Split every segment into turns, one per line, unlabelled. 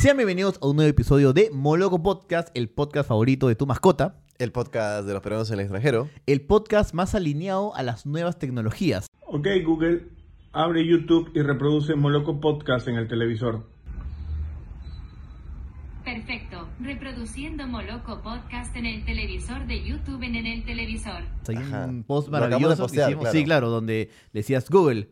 Sean bienvenidos a un nuevo episodio de Moloco Podcast, el podcast favorito de tu mascota,
El podcast de los peruanos en el extranjero.
el podcast más alineado a las nuevas tecnologías.
Ok, Google, abre YouTube y reproduce Moloco Podcast en el televisor.
Perfecto, reproduciendo Moloco Podcast en el televisor de YouTube en, en el televisor.
Hay
Ajá.
un post
Lo acabamos de
maravilloso que
postear,
hicimos-
claro.
sí, claro, donde decías Google,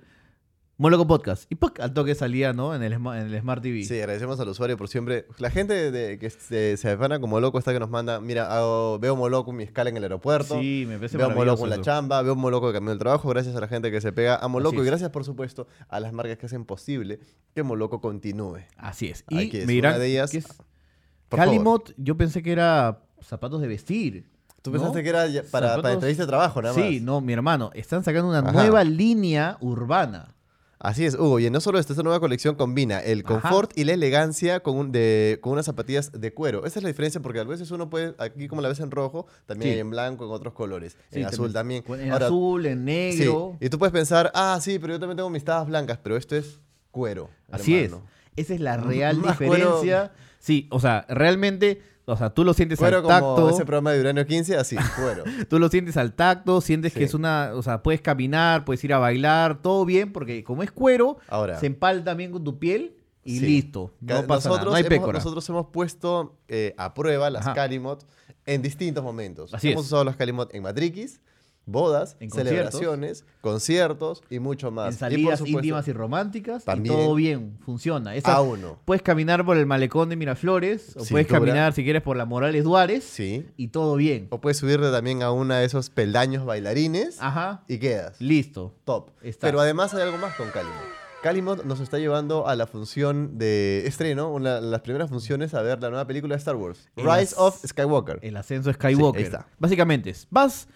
Moloco Podcast, y ¡pac! al toque salía, ¿no? En el, sma- en el Smart TV.
Sí, agradecemos al usuario por siempre. La gente de- que se, se afana como loco está que nos manda, mira, hago- veo Moloco en mi escala en el aeropuerto.
Sí, me parece
Veo Moloco
maravilloso
en la
eso.
chamba, veo Moloco de camino al trabajo. Gracias a la gente que se pega a
Así
Moloco
es.
y gracias, por supuesto, a las marcas que hacen posible que Moloco continúe.
Así es. Y
Aquí es,
me dirán,
una de ellas-
¿qué es?
Por favor.
Calimot, yo pensé que era zapatos de vestir.
Tú
¿no?
pensaste que era ya- para,
Zapatos-
para entrevista de trabajo, nada más.
Sí, no, mi hermano, están sacando una
Ajá.
nueva línea urbana.
Así es, Hugo. Y no solo esto, esta nueva colección combina el
Ajá.
confort y la elegancia con, un- de- con unas zapatillas de cuero. Esa es la diferencia porque a veces uno puede, aquí como la ves en rojo, también
Sí.
hay en blanco, en otros colores.
Sí,
en azul también.
En
Ahora,
azul, en
sí,
negro.
Y tú puedes pensar, ah, sí, pero yo también tengo mis tabas blancas, pero esto es cuero.
Así
hermano.
es. Esa es la real
Más
diferencia.
cuero.
Sí, o sea, realmente, o sea, tú lo sientes
Cuero
al tacto.
como ese programa de Uranio 15, así, cuero.
Tú lo sientes al tacto, sientes que
Sí.
es una, o sea, puedes caminar, puedes ir a bailar, todo bien, porque como es cuero,
Ahora.
se empalda bien con tu piel y
Sí.
listo. No
Ca-
pasa nada, no hay
hemos,
pécora.
nosotros hemos puesto eh, a prueba las
Ajá.
Calimot en distintos momentos.
Así
hemos
es.
usado las Calimot en matriquis, bodas,
En conciertos.
celebraciones, conciertos y mucho más.
en salidas
supuesto,
íntimas y románticas,
También-
y todo bien, funciona. Esa-
a uno.
Puedes caminar por el malecón de Miraflores, o puedes
Cintura.
caminar, si quieres, por la Morales Duárez,
Sí.
y todo bien.
O puedes subirle también a una de esos peldaños bailarines
Ajá,
y quedas.
listo.
Top.
Ah. Está.
Pero además hay algo más con Calimot. Calimot nos está llevando a la función de estreno, una, las primeras funciones a ver la nueva película de Star Wars,
En las-
Rise of Skywalker.
El ascenso
Sí, ahí
Skywalker.
está.
Básicamente, es, vas,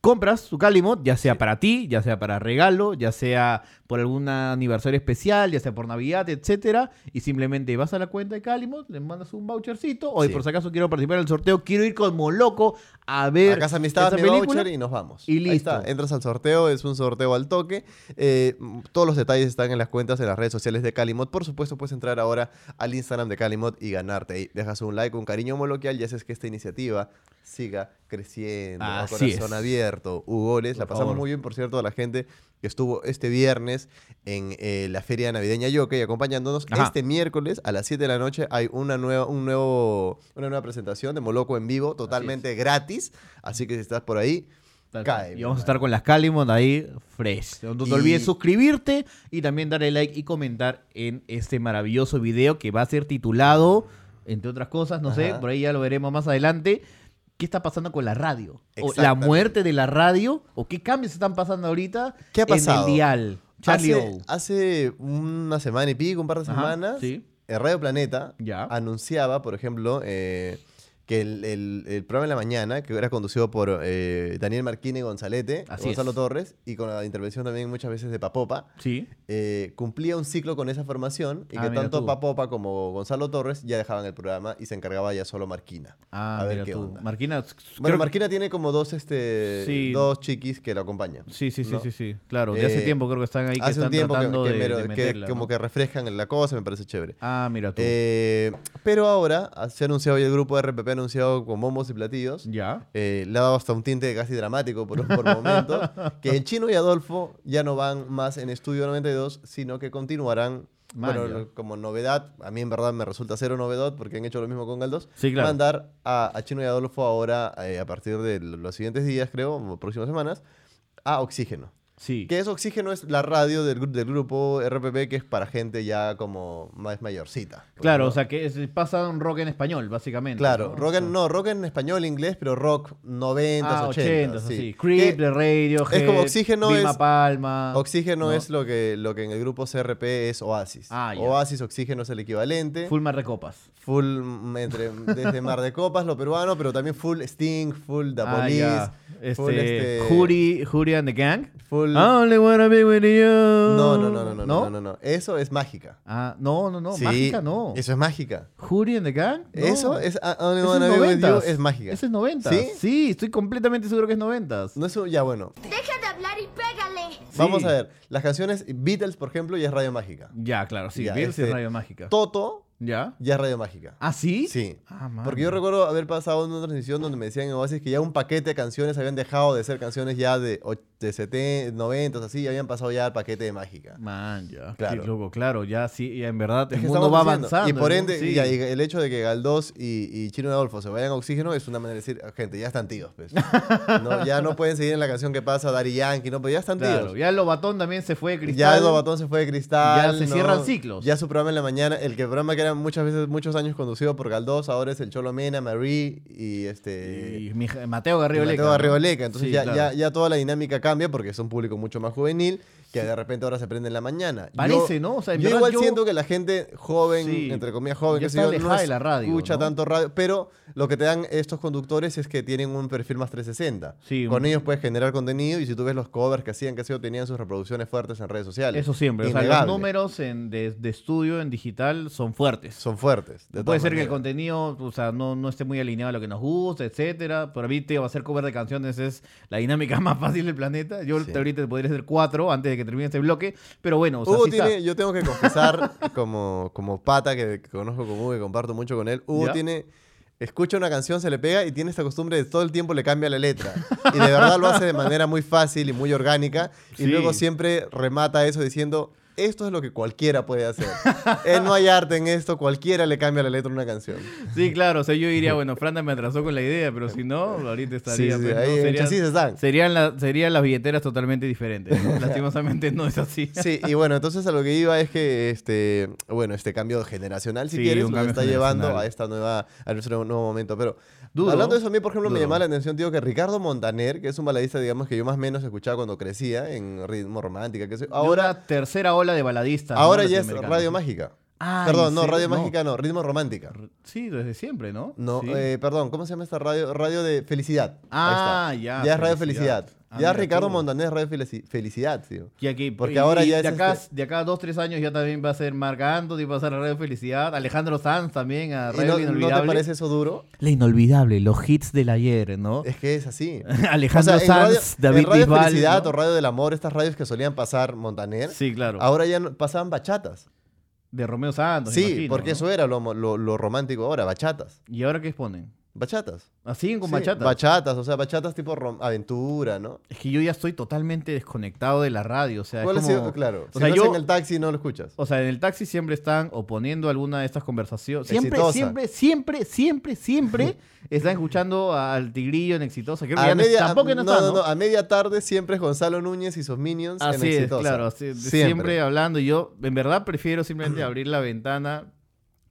compras tu Calimot, ya sea para ti, ya sea para regalo, ya sea por algún aniversario especial, ya sea por Navidad, etcétera, y simplemente vas a la cuenta de Calimot, le mandas un vouchercito, oye,
Sí.
por si acaso quiero participar en el sorteo, quiero ir como loco a ver
a casa amistad,
esa
mi
película.
voucher y nos vamos.
Y
Ahí
listo.
está, Entras al sorteo, es un sorteo al toque. Eh, m- todos los detalles están en las cuentas, en las redes sociales de Calimod. Por supuesto, puedes entrar ahora al Instagram de Calimod y ganarte. ahí. dejas un like, un cariño moloquial y haces que esta iniciativa siga creciendo. a
Así
corazón
es.
abierto. Hugo Les, la
Por
pasamos
favor.
muy bien, por cierto, a la gente que estuvo este viernes en eh, la feria navideña Yoke y acompañándonos.
Ajá.
Este miércoles a las 7 de la noche hay una nueva, un nuevo, una nueva presentación de Moloco en vivo, totalmente gratis. Así que si estás por ahí,
Tal
Cae,
cual.
mi
y vamos a
hermano.
estar con las Calimot ahí fresh. No te
Y-
olvides suscribirte y también darle like y comentar en este maravilloso video que va a ser titulado, entre otras cosas, no sé,
Ajá.
por ahí ya lo veremos más adelante. ¿Qué está pasando con la radio? O la
Exactamente.
muerte de la radio, o qué cambios están pasando ahorita
¿Qué ha pasado?
en el dial. Charlie
hace,
O.
hace una semana y pico, un par de
Ajá,
semanas,
sí.
el Radio Planeta
Ya.
anunciaba, por ejemplo, eh, que el, el- el programa de la mañana, que era conducido por eh, Daniel Marquine Gonzalete,
Así
Gonzalo
es.
Torres, y con la intervención también muchas veces de Papopa,
Sí.
eh, cumplía un ciclo con esa formación y
Ah,
que
mira
tanto
tú.
Papopa como Gonzalo Torres ya dejaban el programa y se encargaba ya solo Marquina.
Ah,
a ver
mira
qué
tú.
onda.
Marquina,
Bueno,
Pues creo-
Marquina tiene como dos, este,
Sí.
dos chiquis que lo acompañan.
Sí, sí, sí,
¿no?
sí, sí. Claro, de hace
Eh,
tiempo creo que están ahí que
Hace
están
un tiempo que,
tratando
que
de,
mero-
de
que
meterla,
como
¿no?
que refrescan la cosa, me parece chévere.
Ah, mira tú.
Eh, pero ahora ah, se ha anunciado y el grupo RPP ha anunciado con bombos y platillos.
ya.
eh, le ha dado hasta un tinte casi dramático por, por momentos. que el chino y Adolfo ya no van más en Estudio 92, sino que continuarán.
Man,
bueno,
ya.
como novedad, a mí en verdad me resulta cero novedad porque han hecho lo mismo con Galdós.
Sí, claro.
Mandar a, a Chino y Adolfo ahora, eh, a partir de los siguientes días, creo, o próximas semanas, a Oxígeno.
Sí.
Que es Oxígeno, es la radio del, gru- del grupo RPP que es para gente ya como más mayorcita. Porque
Claro,
no-
o sea que es- pasa un rock en español, básicamente.
Claro,
¿no?
rock en, no, rock en español, inglés, pero rock 90,
Ah,
80.
80,
sí.
sí.
Que
Creep, The Radio,
es como Oxígeno
Vilma
es-
Palma.
Oxígeno
¿no?
es lo que, lo que en el grupo CRP es Oasis.
Ah, ya.
Oasis, Oxígeno es el equivalente. Full,
Full Mar de Copas.
mm, entre, desde Mar de Copas, lo peruano, pero también full Sting, full Da
Ah,
Police,
ya. Este, Ah.
full este,
Jury, Jury and the Gang.
full-
I only wanna be with you.
No, no, no, no, no, no, no, no. Eso es mágica.
Ah, no, no, no.
Sí,
Mágica no.
Eso es mágica.
Jury and the Gang. no.
Eso es I Only
Ese es
Wanna Be With You,
90s.
es mágica.
Ese es 90.
¿Sí?
Sí, estoy completamente seguro que es 90.
No es un- ya bueno.
Deja de hablar y pégale.
Vamos a ver. Las canciones Beatles, por ejemplo, ya es Radio Mágica.
Ya, claro, sí.
Ya,
Beatles y
este,
Radio Mágica.
Toto
¿Ya?
ya es Radio Mágica.
¿Ah, sí?
Sí.
Ah, mano.
Porque yo recuerdo haber pasado una transición donde me decían en Oasis que ya un paquete de canciones habían dejado de ser canciones ya de, och- de 70, 90, así, y habían pasado ya al paquete de mágica.
Man, ya.
Claro.
Qué loco, claro, ya sí, ya en verdad
Es
el
que
mundo
estamos
va
creciendo.
avanzando.
Y por
¿no?
ende,
Sí.
y ahí el hecho de que Galdós y, y Chino y Adolfo se vayan a oxígeno es una manera de decir, "Ah, gente, ya están tíos. pues". No, ya no pueden seguir en la canción que pasa Dari Yankee, no, pero ya están
Claro,
tíos.
ya el Lobatón también se fue de
Ya
cristal.
el Batón se fue de cristal.
Ya se
¿no?
cierran ciclos.
Ya su programa en la mañana, el que programa que era muchas veces, muchos años conducido por Galdós, ahora es el Cholo Mena, Marie y este.
Y mi- Mateo Garrido Leca.
Mateo
¿no?
Garrioleca. Entonces
Sí,
ya,
claro.
ya, ya toda la dinámica cambia porque es un público mucho más juvenil que de repente ahora se prende en la mañana. Yo-
Parece, ¿no? O sea, en
yo
verdad
igual
yo-
siento que la gente joven,
Sí.
entre comillas joven,
Ya
que sé
está
yo, no
alejada de la radio,
escucha
¿no?
tanto radio, pero lo que te dan estos conductores es que tienen un perfil más 360.
Sí,
Con
un-
ellos puedes generar contenido y si tú ves los covers que hacían, que sé yo, tenían sus reproducciones fuertes en redes sociales.
Eso siempre. O sea, los
Innegable.
números en- de, de estudio en digital son fuertes.
son fuertes. de
No puede
todas
ser que el
maneras.
contenido, o sea, no, no esté muy alineado a lo que nos gusta, etcétera. Por mí, tío, hacer cover de canciones es la dinámica más fácil del planeta. Yo
Sí.
ahorita te podría hacer cuatro antes de que termine este bloque, pero bueno, o sea,
Hugo
sí está.
tiene, yo tengo que confesar, como, como pata que conozco con Hugo y comparto mucho con él, Hugo
¿Ya?
tiene, escucha una canción, se le pega y tiene esta costumbre de todo el tiempo le cambia la letra. Y de verdad lo hace de manera muy fácil y muy orgánica. Y
Sí.
luego siempre remata eso diciendo, esto es lo que cualquiera puede hacer. Eh, no hay arte en esto, cualquiera le cambia la letra a una canción.
Sí, claro, o sea, yo diría, bueno, Franda me atrasó con la idea, pero si no, ahorita
Sí,
estaría.
sí,
pues, ¿no?
ahí eh, en
Serían-
chasis están.
Serían, la- serían las billeteras totalmente diferentes. ¿no? Lastimosamente no es así.
Sí, y bueno, entonces a lo que iba es que este, bueno, este cambio generacional, si
Sí,
quieres,
un
nos
cambio
está llevando a
generacional.
esta nueva, a nuestro nuevo momento. Pero
Dudo,
hablando de eso, a mí, por ejemplo, me
dudo.
llamaba la atención, tío, que Ricardo Montaner, que es un baladista, digamos, que yo más o menos escuchaba cuando crecía en ritmo romántica, que sé-
Ahora,
ahora,
tercera ola de baladistas. ¿no?
ahora ya es
Latinoamericanos.
Radio Mágica.
Ah,
Perdón,
¿en
no,
serio?
Radio Mágica no, ritmo romántica.
Sí, desde siempre, ¿no?
No,
Sí.
eh, perdón, ¿cómo se llama esta radio? Radio de Felicidad. Ahí
Ah,
está.
ya,
Ya es Radio
Felicidad.
Felicidad.
Ah,
ya
mira
Ricardo
tú.
Montaner es Radio Felici- Felicidad, tío.
Y aquí,
Porque
y-
ahora
y
ya
de
es
acá,
este-
de acá a dos, tres años ya también va a ser Marc Anthony, va a ser Radio Felicidad, Alejandro Sanz también a
¿Y
Radio
no-
La
¿No
Inolvidable.
te parece eso duro?
La Inolvidable, los hits del ayer, ¿no?
Es que es así. O sea,
Alejandro
en radio,
Sanz,
en
David
Radio
Bisbal,
Felicidad
¿no?
o Radio del Amor, estas radios que solían pasar Montaner,
Sí, claro.
ahora ya no- pasaban bachatas.
De Romeo Santos.
sí,
imagino,
porque
¿no?
eso era lo, mo- lo- lo romántico ahora, bachatas.
¿Y ahora qué ponen?
Bachatas.
¿Ah, siguen con
Sí,
bachata?
Bachatas, o sea, bachatas tipo rom- aventura, ¿no?
es que yo ya estoy totalmente desconectado de la radio, o sea, es
¿Cuál ha
como-
sido? Claro.
o
si
sea,
no
yo-
es en el taxi no lo escuchas.
O sea, en el taxi siempre están o poniendo alguna de estas conversaciones. Siempre,
Exitosa.
siempre, siempre, siempre, siempre están escuchando a- al tigrillo en Exitosa. Creo que
A
ya no-
media,
tampoco ya no,
no,
están,
no,
¿no?
no, a media tarde siempre es Gonzalo Núñez y sus minions en
Así es,
Exitosa.
claro. así- de- siempre. hablando. Yo, en verdad, prefiero simplemente abrir la ventana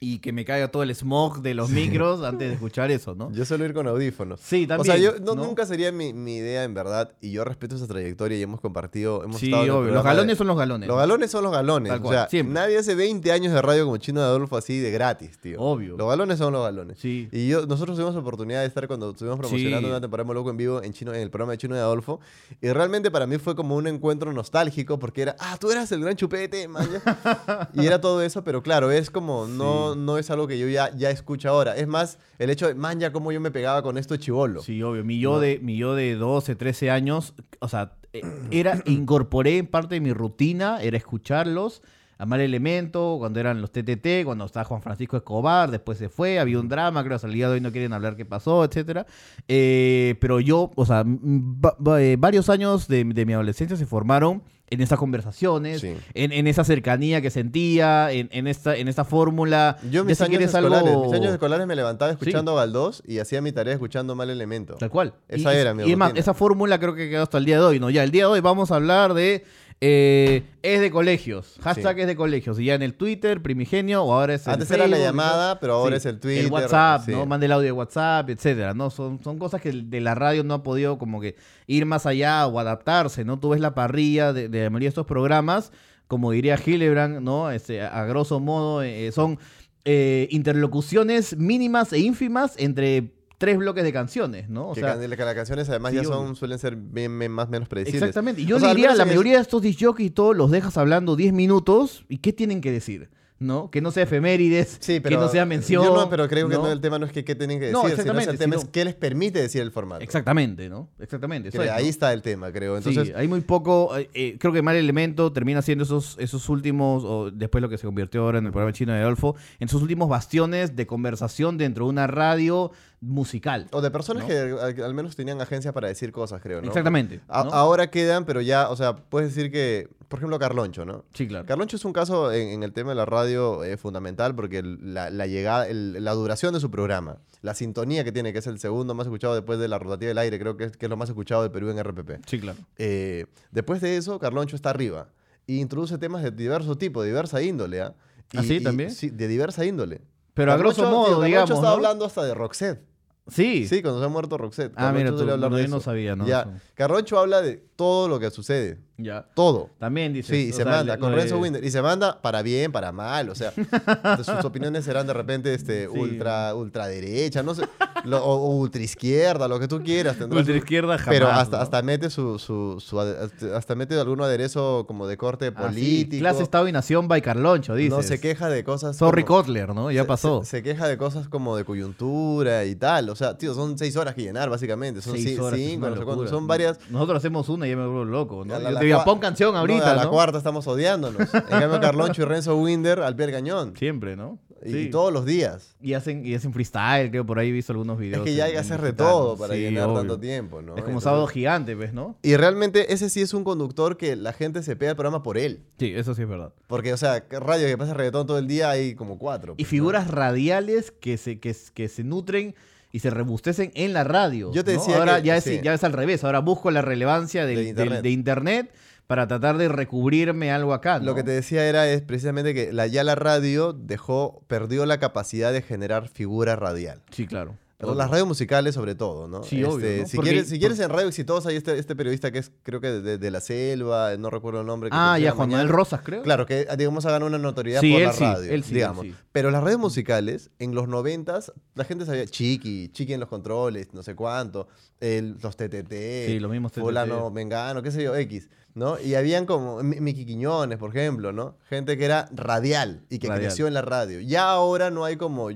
y que me caiga todo el smog de los micros antes de escuchar eso, ¿no?
Yo suelo ir con audífonos.
Sí, también.
o sea, yo no-
¿no?
nunca sería mi, mi idea, en verdad, y yo respeto esa trayectoria y hemos compartido, hemos
Sí,
estado en el
obvio. Los
programa de-
galones son los galones.
Los galones son los galones.
Tal
o
cual,
sea,
siempre.
nadie hace 20 años de radio como Chino de Adolfo así de gratis, tío.
Obvio.
Los galones son los galones.
Sí.
Y yo, nosotros tuvimos la oportunidad de estar cuando estuvimos promocionando
Sí.
una temporada de Loco en vivo en, Chino, en el programa de Chino de Adolfo. Y realmente para mí fue como un encuentro nostálgico porque era, ah, tú eras el gran chupete, man. y era todo eso, pero claro, es como, no, no es algo que yo ya, ya escucho ahora. Es más, el hecho de, man, ya cómo yo me pegaba con esto chivolo.
Sí, obvio. Mi yo, de, mi yo de 12, 13 años, o sea, eh, era, incorporé en parte de mi rutina, era escucharlos. A mal elemento, cuando eran los TTT, cuando estaba Juan Francisco Escobar, después se fue, había un drama, creo, hasta el día de hoy no quieren hablar qué pasó, etcétera. Eh, pero yo, o sea, m- va- va- eh, varios años de, de mi adolescencia se formaron en esas conversaciones,
Sí.
en, en esa cercanía que sentía, en, en esta, en esta fórmula.
Yo
Ya
mis
si
años,
quieres algo-
escolares, mis años escolares me levantaba escuchando a Galdós y hacía mi tarea escuchando Mal Elemento.
Tal cual.
Esa
Y-
era mi
Y es más,
rutina.
esa fórmula creo que quedó hasta el día de hoy, ¿no? Ya, el día de hoy vamos a hablar de. eh, es de colegios. Hashtag
Sí.
es de colegios. Y ya en el Twitter, primigenio, o ahora es. el
Antes era la
Facebook,
llamada,
¿no?
pero ahora
Sí.
es el Twitter,
El WhatsApp,
sí.
¿no? Manda el audio de WhatsApp, etcétera, ¿no? Son, son cosas que de la radio no ha podido como que ir más allá o adaptarse, ¿no? Tú ves la parrilla de, de la mayoría de estos programas, como diría Hillebrand, ¿no? Este, a a grosso modo, eh, son eh, interlocuciones mínimas e ínfimas entre tres bloques de canciones, ¿no? O
que, can- que las canciones además
sí,
ya
obvio.
son, suelen ser bien, bien más o menos predecibles.
Exactamente. Y yo
O sea, al
diría,
menos
la
en
mayoría de estos disc jockeys y todo los dejas hablando 10 minutos y ¿qué tienen que decir? ¿no? Que no sea efemérides,
Sí, pero.
que no sea mención.
Yo no, pero creo que
¿no?
no, el tema no es que qué tienen que decir,
No,
sino es el
exactamente,
tema
sino-
es qué les permite decir el formato.
Exactamente, ¿no? Exactamente. eso
Que
es, ¿no?
ahí está el tema, creo. Entonces,
sí, hay muy poco. eh, eh, creo que mal elemento termina siendo esos, esos últimos, o después lo que se convirtió ahora en el programa chino de Adolfo, en sus últimos bastiones de conversación dentro de una radio musical.
o de personas
¿no?
que al, al menos tenían agencias para decir cosas, creo, ¿no?
Exactamente.
A-
¿no?
Ahora quedan, pero ya, o sea, puedes decir que, por ejemplo, Carloncho, ¿no?
sí, claro.
Carloncho es un caso en, en el tema de la radio eh, fundamental porque el- la, la llegada, el- la duración de su programa, la sintonía que tiene, que es el segundo más escuchado después de la rotativa del aire, creo que es, que es lo más escuchado de Perú en RPP.
Sí, claro.
Eh, después de eso, Carloncho está arriba y introduce temas de diverso tipo, de diversa índole. ¿ah? Y-
¿Ah, sí,
y-
también?
Sí, de diversa índole.
Pero a
Carloncho-
grosso modo,
Carloncho
digamos.
está
¿no?
hablando hasta de Roxette.
Sí.
Sí, cuando se ha muerto Roxette.
Ah, mira,
Carloncho
tú,
suele hablar
no,
de
yo no
eso.
sabía, ¿no?
Ya.
Eso.
Carloncho habla de todo lo que sucede.
Ya.
Todo.
También dice.
Sí, y se manda con Renzo Winder. Y se manda para bien, para mal. O sea, de sus opiniones serán de repente este,
Sí.
ultra, ultraderecha, no sé, lo- o, o ultraizquierda, lo que tú quieras. tendrá
Ultra
su-
izquierda jamás.
pero hasta,
¿no?
hasta mete su, su- su ade- hasta mete algún aderezo como de corte
Ah, sí,
político.
Clase, Estado y Nación by Carloncho, dice.
no se queja de cosas.
Sorry
como-
Kotler, ¿no? Ya
se-
pasó.
Se, se queja de cosas como de coyuntura y tal. O sea, tío, son seis horas que llenar, básicamente. Son
Seis
ci-
horas, es
cinco,
una
no sé cuánto.
locura.
Son varias.
Nosotros hacemos una y ya me vuelvo loco, ¿no?
A la-
Yo
la
te digo,
cua-
pon canción
No,
ahorita,
a la
¿no?
cuarta estamos odiándonos. En cambio, Carloncho y Renzo Winder al pie del cañón.
Siempre, ¿no?
Y,
Sí.
y todos los días.
Y hacen, y hacen freestyle, creo, por ahí he visto algunos videos.
Es que ya hay
en-
que
en
hacer de
digitales.
todo para
Sí,
llenar
obvio.
tanto tiempo, ¿no?
es como
Entonces-
Sábado Gigante, ¿ves, no?
Y realmente ese sí es un conductor que la gente se pega el programa por él.
Sí, eso sí es verdad.
Porque, o sea, que radio que pasa reggaetón todo el día hay como cuatro.
Y
pues, ¿no?
figuras radiales que se, que, s- que se nutren y se rebustecen en la radio.
Yo te
¿no?
decía
Ahora
que-
ya, es,
sí.
ya es al revés. Ahora busco la relevancia del-
De
del-
internet.
de internet para tratar de recubrirme algo acá. ¿no?
Lo que te decía era es precisamente que la, ya la radio dejó, perdió la capacidad de generar figura radial.
Sí, claro. Ah,
Pero Las radios musicales sobre todo, ¿no? Este,
Sí, obvio, ¿no?
Si,
Porque-
quieres, si quieres en radio exitosa, hay este, este periodista que es, creo que de, de la selva, no recuerdo el nombre. que
Ah,
te
ya,
llega
Juan
mañana.
Manuel Rosas, creo.
Claro, que ah, digamos hagan una notoriedad
Sí,
por
él
la
sí,
radio,
él sí, él
digamos.
sí.
Pero las redes musicales, en los noventas, la gente sabía Chiqui, Chiqui en los controles, no sé cuánto, el- los TTT,
Sí, los mismos TTT.
fulano, mengano, qué sé yo, X, ¿no? Y habían como M- Miki Quiñones, por ejemplo, ¿no? Gente que era radial y que
Radial.
creció en la radio. Ya ahora no hay como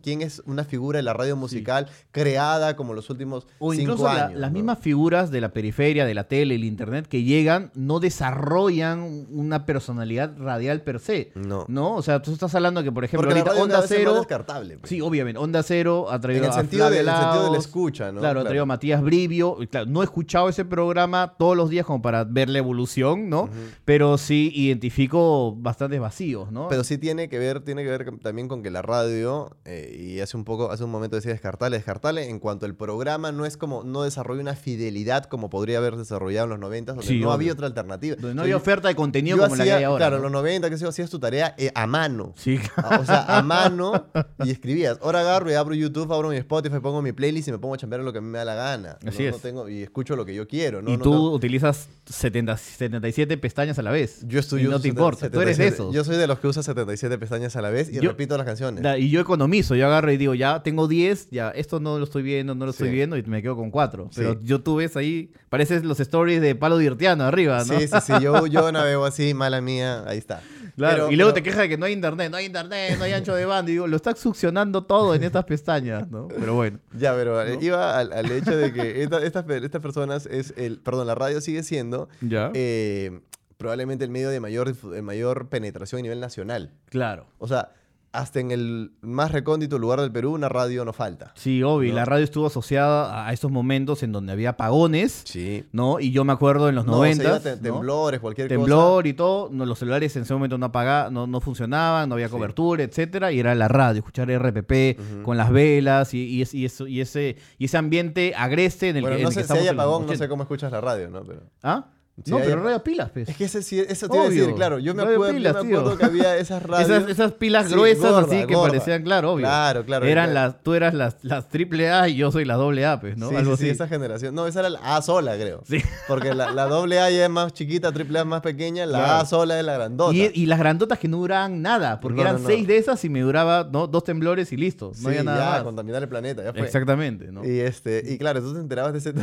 quién es una figura de la radio musical creada como los últimos
O
cinco
incluso la-
años,
las
¿no?
mismas figuras de la periferia, de la tele, el internet, que llegan, no desarrollan una personalidad radial per se.
No.
¿No? O sea, tú estás hablando que, por ejemplo,
Porque la
ahorita
radio
Onda
cada vez es más
Cero.
descartable. pues.
Sí, obviamente. Onda Cero ha traído
en el
a
sentido, de,
Flavia
en el sentido de la
Laos,
escucha, ¿no?
Claro, ha traído a Matías Brivio. y Claro, no he escuchado ese programa todos los días como para ver la evolución, ¿no? Pero sí identifico bastantes vacíos, ¿no?
Pero sí tiene que ver, tiene que ver con- también con que la radio, eh, y hace un poco, hace un momento decía descartable, descartable, en cuanto el programa no es como, no desarrolla una fidelidad como podría haber desarrollado en los 90, donde
Sí,
no
obvio.
había otra alternativa.
Donde
O sea,
no había
yo-
oferta de contenido
yo
como la que
hacía-
hay ahora. ¿no?
Claro, en los 90, que sé yo, hacías tu tarea eh, a mano.
Sí,
A- O sea, a mano y escribías. Ahora agarro y abro YouTube, abro mi Spotify, pongo mi playlist y me pongo a chambear lo que a mí me da la gana.
Así
No- no
es.
tengo- y escucho lo que yo quiero. ¿no?
y
No
tú
tengo-
utilizas 70, 77 pestañas a la vez.
Yo estoy
Y no te importa. Tú eres de esos.
Yo soy de los que usa 77 pestañas a la vez y
Yo-
repito las canciones.
Da- Y yo economizo, yo agarro y digo, ya tengo 10, ya esto no lo estoy viendo, no lo estoy
Sí.
viendo y me quedo con 4.
Sí.
Pero yo tú ves ahí, pareces los stories de Palo Dirtiano arriba, ¿no?
Sí, sí, sí. Yo, yo navego así, mala mía. Ahí está.
Claro,
Pero-
y luego
pero-
te quejas de que no hay internet, no hay internet, no hay ancho de banda. Y digo, lo estás succionando todo en estas pestañas, ¿no? Pero bueno.
Ya, pero eh, iba al, al hecho de que esta- estas pe- estas personas es el... Perdón, la radio sigue siendo
Ya.
eh, probablemente el medio de mayor, difu- de mayor penetración a nivel nacional.
claro.
O sea, hasta en el más recóndito lugar del Perú una radio no falta.
Sí, obvio. y
¿No?
La radio estuvo asociada a- a estos momentos en donde había apagones,
Sí.
¿no? Y yo me acuerdo en los
No, o sea,
90.
iba te- temblores, cualquier cosa.
temblor y todo, no, los celulares en ese momento no apagaban, no, no funcionaban, no había cobertura, etcétera, y era la radio, escuchar RPP con las velas y, y es- y eso, y ese y ese ambiente agreste en el
Bueno,
que, en
no
el que
sé, si
estamos
hay
en los
apagón, no
80.
sé cómo escuchas la radio, ¿no? Pero...
¿Ah?
Si
no,
hay
pero
apa-
radio pilas, pues.
Es que ese sí, eso te iba a
Obvio.
decir, claro. Yo me
Radio
acuerdo, yo
pilas,
me
tío.
acuerdo que había esas radios.
Esas, esas pilas
Sí,
gruesas
gorda,
así que
gorda.
parecían, claro, obvio.
Claro, claro.
Eran
claro.
las, tú eras las, las triple A y yo soy la doble A, pues, ¿no?
Sí,
Algo
sí, sí,
así.
esa generación. No, esa era la A sola, creo.
Sí.
Porque la, la doble A ya es más chiquita, triple A es más pequeña, la
Claro.
A sola es la grandota.
Y, y las grandotas que no duraban nada, porque
No,
eran
no, no.
seis de esas y me duraba ¿no? dos temblores y listo. No
Sí,
había nada
ya,
más.
contaminar el planeta, ya fue.
Exactamente, ¿no?
Y, este, y claro, tú te enterabas de ese...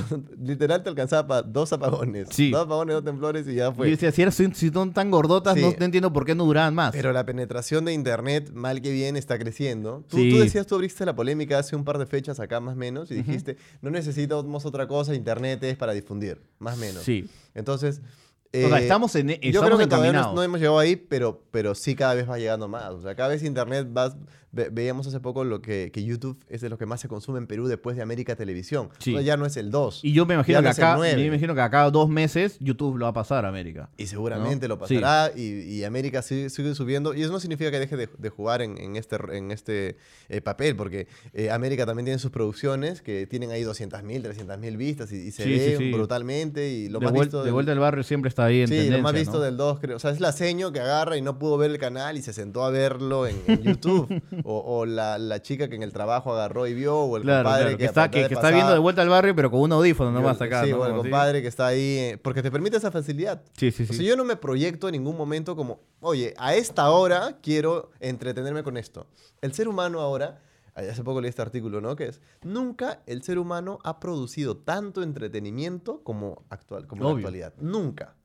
Literal te alcanzaba para dos apagones.
Sí.
Dos apagones poniendo temblores y ya
Yo
fue.
decía, si, eras- si son tan gordotas,
Sí.
no, no entiendo por qué no duraban más.
Pero la penetración de Internet, mal que bien, está creciendo. Tú,
Sí.
tú decías, tú abriste la polémica hace un par de fechas acá, más o menos, y dijiste, no necesitamos otra cosa, Internet es para difundir, más o menos.
Sí.
Entonces...
o sea,
eh,
estamos, en, e-
Yo creo
estamos
que todavía
encaminados.
no, no hemos llegado ahí, pero, pero sí cada vez va llegando más. O sea, cada vez Internet va... ve- veíamos hace poco lo que, que YouTube es de lo que más se consume en Perú después de América Televisión.
Sí.
O sea, ya no es el 2.
Y yo me imagino
Ya
que
no es el
acá,
nueve.
me imagino que acá dos meses YouTube lo va a pasar a América.
Y seguramente
¿no?
lo
Sí.
pasará y, y América sigue, sigue subiendo. Y eso no significa que deje de, de jugar en, en este, en este eh, papel, porque eh, América también tiene sus producciones que tienen ahí 200.000, 300.000 vistas y, y se
Sí, sí,
ven
sí.
brutalmente. Y lo
de,
más
vuel-
visto
de
del-
vuelta al barrio siempre está ahí en
Sí, lo
tendencia,
más visto
¿no?
del 2, creo. O sea, es la seño que agarra y no pudo ver el canal y se sentó a verlo en, en YouTube. o o la, la chica que en el trabajo agarró y vio, o el
Claro,
compadre
claro, que,
que,
está,
aparte
que, que está viendo
pasada-
de vuelta al barrio, pero con un audífono nomás
Sí,
acá.
Sí,
¿no?
o el
Como así.
compadre que está ahí. eh, porque te permite esa facilidad.
Sí, sí, sí.
O sea, yo no me proyecto en ningún momento como, oye, a esta hora quiero entretenerme con esto. El ser humano ahora, ay, hace poco leí este artículo, ¿no? Que es, nunca el ser humano ha producido tanto entretenimiento como, actual, como en la
Obvio.
actualidad. Nunca.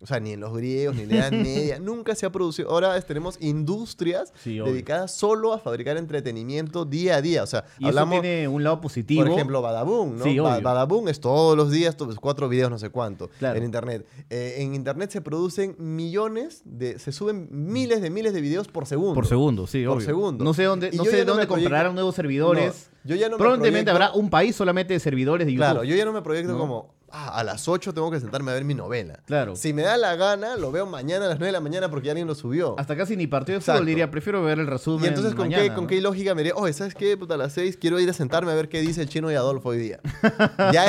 O sea, ni en los griegos, ni en la Edad Media, nunca se ha producido. Ahora es- tenemos industrias
Sí, obvio.
dedicadas solo a fabricar entretenimiento día a día. O sea,
Y
hablamos...
eso tiene un lado positivo.
Por ejemplo, Badaboom, ¿no?
Sí,
Ba-
obvio.
Badaboom es todos los días, to- pues, cuatro videos, no sé cuánto,
Claro.
en internet. Eh, en internet se producen millones de, se suben miles de miles de videos por segundo.
por segundo, sí,
Por
obvio.
segundo.
No sé dónde,
Y
no
yo
sé
ya no
dónde
me proyecto-
comprarán nuevos servidores.
No, yo ya no me
Probablemente
proyecto-
habrá un país solamente de servidores de YouTube.
Claro, yo ya no me proyecto
¿No?
como, "Ah, a las 8 tengo que sentarme a ver mi novela.
Claro.
Si me da la gana, lo veo mañana a las 9 de la mañana porque ya alguien lo subió.
Hasta casi ni partido de
Exacto.
fútbol diría, prefiero ver el resumen.
y entonces, ¿con,
mañana,
qué, ¿con
¿no?
qué lógica me diría, oye, ¿sabes qué? Puta, a las 6 quiero ir a sentarme a ver qué dice el chino y Adolfo hoy día. ya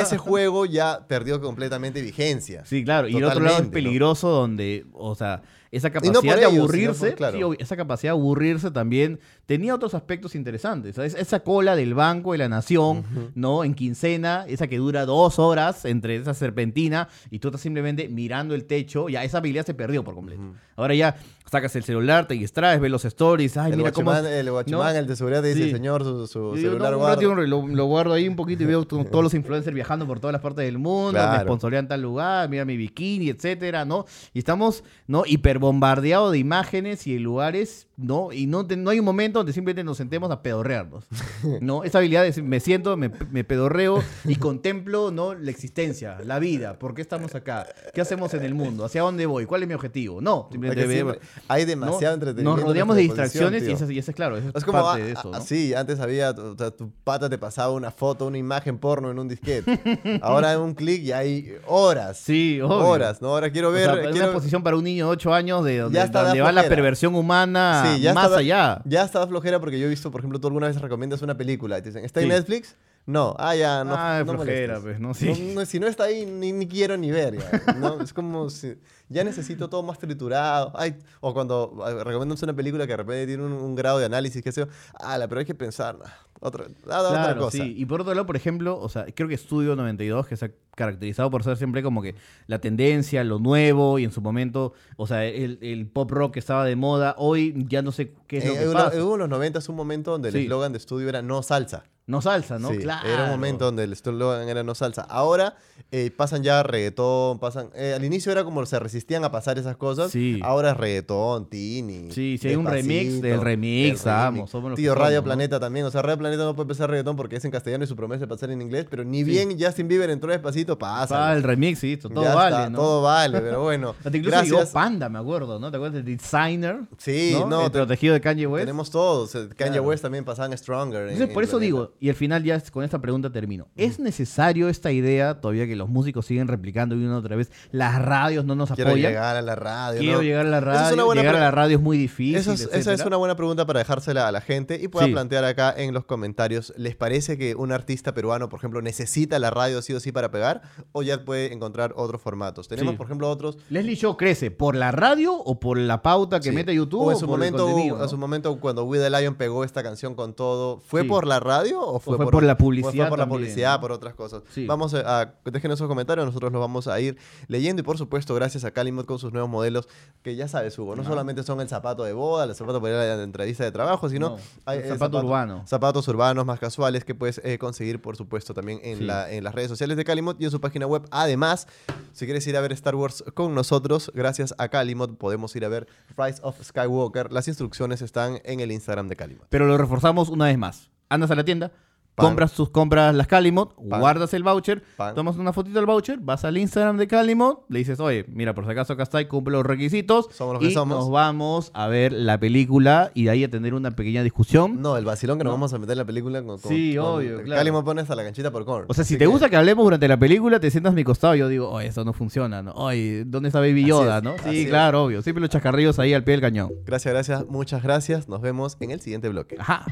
ese juego ya perdió completamente vigencia.
Sí, claro. Y el otro lado es
Totalmente, ¿no?
peligroso donde, o sea, esa
por
capacidad de
ellos, sino por-
aburrirse,
claro.
sí, obvio, esa capacidad de aburrirse también tenía otros aspectos interesantes. ¿sabes? Esa cola del Banco de la Nación, ¿no? En quincena, esa que dura dos horas entre esa serpentina y tú estás simplemente mirando el techo, ya esa habilidad se perdió por completo. Ahora ya sacas el celular, te distraes, ves los stories, ay,
el
mira cómo...
guachimán, el, guachimán,
¿no?
el de seguridad, te dice,
Sí.
señor, su, su
Yo digo,
celular
no, un
guarda".
ratito lo, lo guardo ahí un poquito y veo to- todos los influencers viajando por todas las partes del mundo, me
Claro.
sponsorean tal lugar, mira mi bikini, etcétera, ¿no? Y estamos, ¿no? Hiperbombardeados de imágenes y de lugares, ¿no? Y no, te- no hay un momento donde simplemente nos sentemos a pedorrearnos, ¿no? Esa habilidad de me siento, me, me pedorreo y contemplo, ¿no? La existencia, la vida, ¿por qué estamos acá? ¿Qué hacemos en el mundo? ¿Hacia dónde voy? ¿Cuál es mi objetivo? No,
Es
simplemente
que siempre-
veo-
hay
¿no?
demasiado entretenimiento.
Nos
en
rodeamos de
nuestra disposición,
distracciones y
tío.
eso, y eso es claro, eso es,
Es como
parte
a-
de eso, ¿no?
a- así, antes había, o sea, tu pata te pasaba una foto, una imagen porno en un disquete. Ahora en un clic y hay horas.
Sí, obvio.
Horas, ¿no? Ahora quiero
O
ver.
sea, es
quiero-
una posición para un niño de 8 años de donde,
Ya hasta da
donde va la
flojera.
perversión humana
Sí, ya
más
está-
allá.
Ya estaba flojera porque yo he visto, por ejemplo, tú alguna vez recomiendas una película y te dicen, ¿está en
Sí.
Netflix? No, ah, ya, no.
Ah,
no
flojera,
molestes.
pues, ¿no? Sí.
No, si no está ahí, ni, ni quiero ni ver. ya, ¿no? es como, si- ya necesito todo más triturado. Ay, o cuando ah, recomiendas una película que de repente tiene un, un grado de análisis, qué sé yo. Ah, la, pero hay que pensar. ah, Otra, ah, otra
Claro,
cosa.
sí. Y por otro lado, por ejemplo, o sea, creo que Studio 92, que se ha caracterizado por ser siempre como que la tendencia, lo nuevo, y en su momento, o sea, el, el pop rock que estaba de moda, hoy ya no sé qué es lo
Eh,
que
hubo-
pasa.
hubo en los 90 un momento donde el
Sí.
eslogan de estudio era no salsa.
No salsa, ¿no?
Sí,
claro.
Era un momento donde el eslogan era no salsa. Ahora eh, pasan ya reggaetón, pasan... eh, al inicio era como se resistían a pasar esas cosas.
Sí.
Ahora es reggaetón, tini.
Sí, si hay un
Despacito,
remix del remix, vamos, somos los
Tío,
que
Radio
somos, ¿no?
Planeta también. O sea, Radio Planeta no puede empezar reggaetón porque es en castellano y su promesa es pasar en inglés. Pero ni bien Justin Bieber entró despacito, pasa.
Ah, el remix, sí, esto, todo
Ya
vale,
está,
¿no?
Todo vale, pero bueno.
Hasta incluso llegó
gracias.
Panda, me acuerdo, ¿no? ¿Te acuerdas? El designer.
Sí,
¿no?
no,
el
te-
protegido de Kanye West.
Tenemos todos. Kanye
Claro.
West también pasaban Stronger. en-
Entonces,
en
por eso
Planeta.
digo, y al final ya es- con esta pregunta termino. ¿Es necesario esta idea todavía que los músicos siguen replicando y una otra vez? Las radios no nos
Quiero
apoyan.
llegar a la radio.
Quiero
¿no?
llegar a la
Esa es
radio.
una buena
llegar a
pre-
la radio es muy difícil.
Esa es, esa es
etcétera.
una buena pregunta para dejársela a la gente y pueda
Sí.
plantear acá en los comentarios. ¿Les parece que un artista peruano, por ejemplo, necesita la radio sí o sí para pegar? ¿O ya puede encontrar otros formatos? Tenemos,
Sí.
por ejemplo, otros.
Leslie Show crece por la radio o por la pauta que
sí.
mete YouTube.
O en
o
su
por el
momento,
contenido,
en
¿no?
su momento cuando We the Lion pegó esta canción con todo, ¿fue
Sí.
por la radio o fue,
fue por la publicidad
Fue por la
también,
publicidad,
¿no?
por otras cosas.
Sí.
Vamos a, a- déjenos esos comentarios, nosotros los vamos a ir leyendo y por supuesto gracias a Calimot con sus nuevos modelos que ya sabes Hugo, no solamente son el zapato de boda, el zapato para ir a la entrevista de trabajo, sino
No,
hay,
el
eh,
zapato urbano.
Zapatos urbanos más casuales que puedes eh, conseguir por supuesto también en,
Sí.
la, en las redes sociales de Calimot y tiene su página web. Además, si quieres ir a ver Star Wars con nosotros, gracias a Calimod podemos ir a ver Rise of Skywalker. Las instrucciones están en el Instagram de Calimod.
Pero lo reforzamos una vez más. Andas a la tienda,
Pan.
compras tus compras las Calimot,
Pan.
guardas el voucher,
Pan.
tomas una fotito del voucher, vas al Instagram de Calimot, le dices, oye, mira, por si acaso acá está y cumple los requisitos.
Somos los que
y
somos.
Nos vamos a ver la película y de ahí a tener una pequeña discusión.
No, el vacilón que nos vamos a meter en la película con... con-
Sí,
con-
obvio, claro.
Calimod pone hasta la canchita por corn.
O sea, si
Así
te
que-
gusta que hablemos durante la película, te sientas a mi costado y yo digo, oye, eso no funciona, ¿no? Oye, ¿dónde está Baby
Así
Yoda,
es,
no?
así
Sí,
es.
claro, obvio. Siempre los chacarrillos ahí al pie del cañón.
Gracias, gracias, muchas gracias. Nos vemos en el siguiente bloque.
Ajá.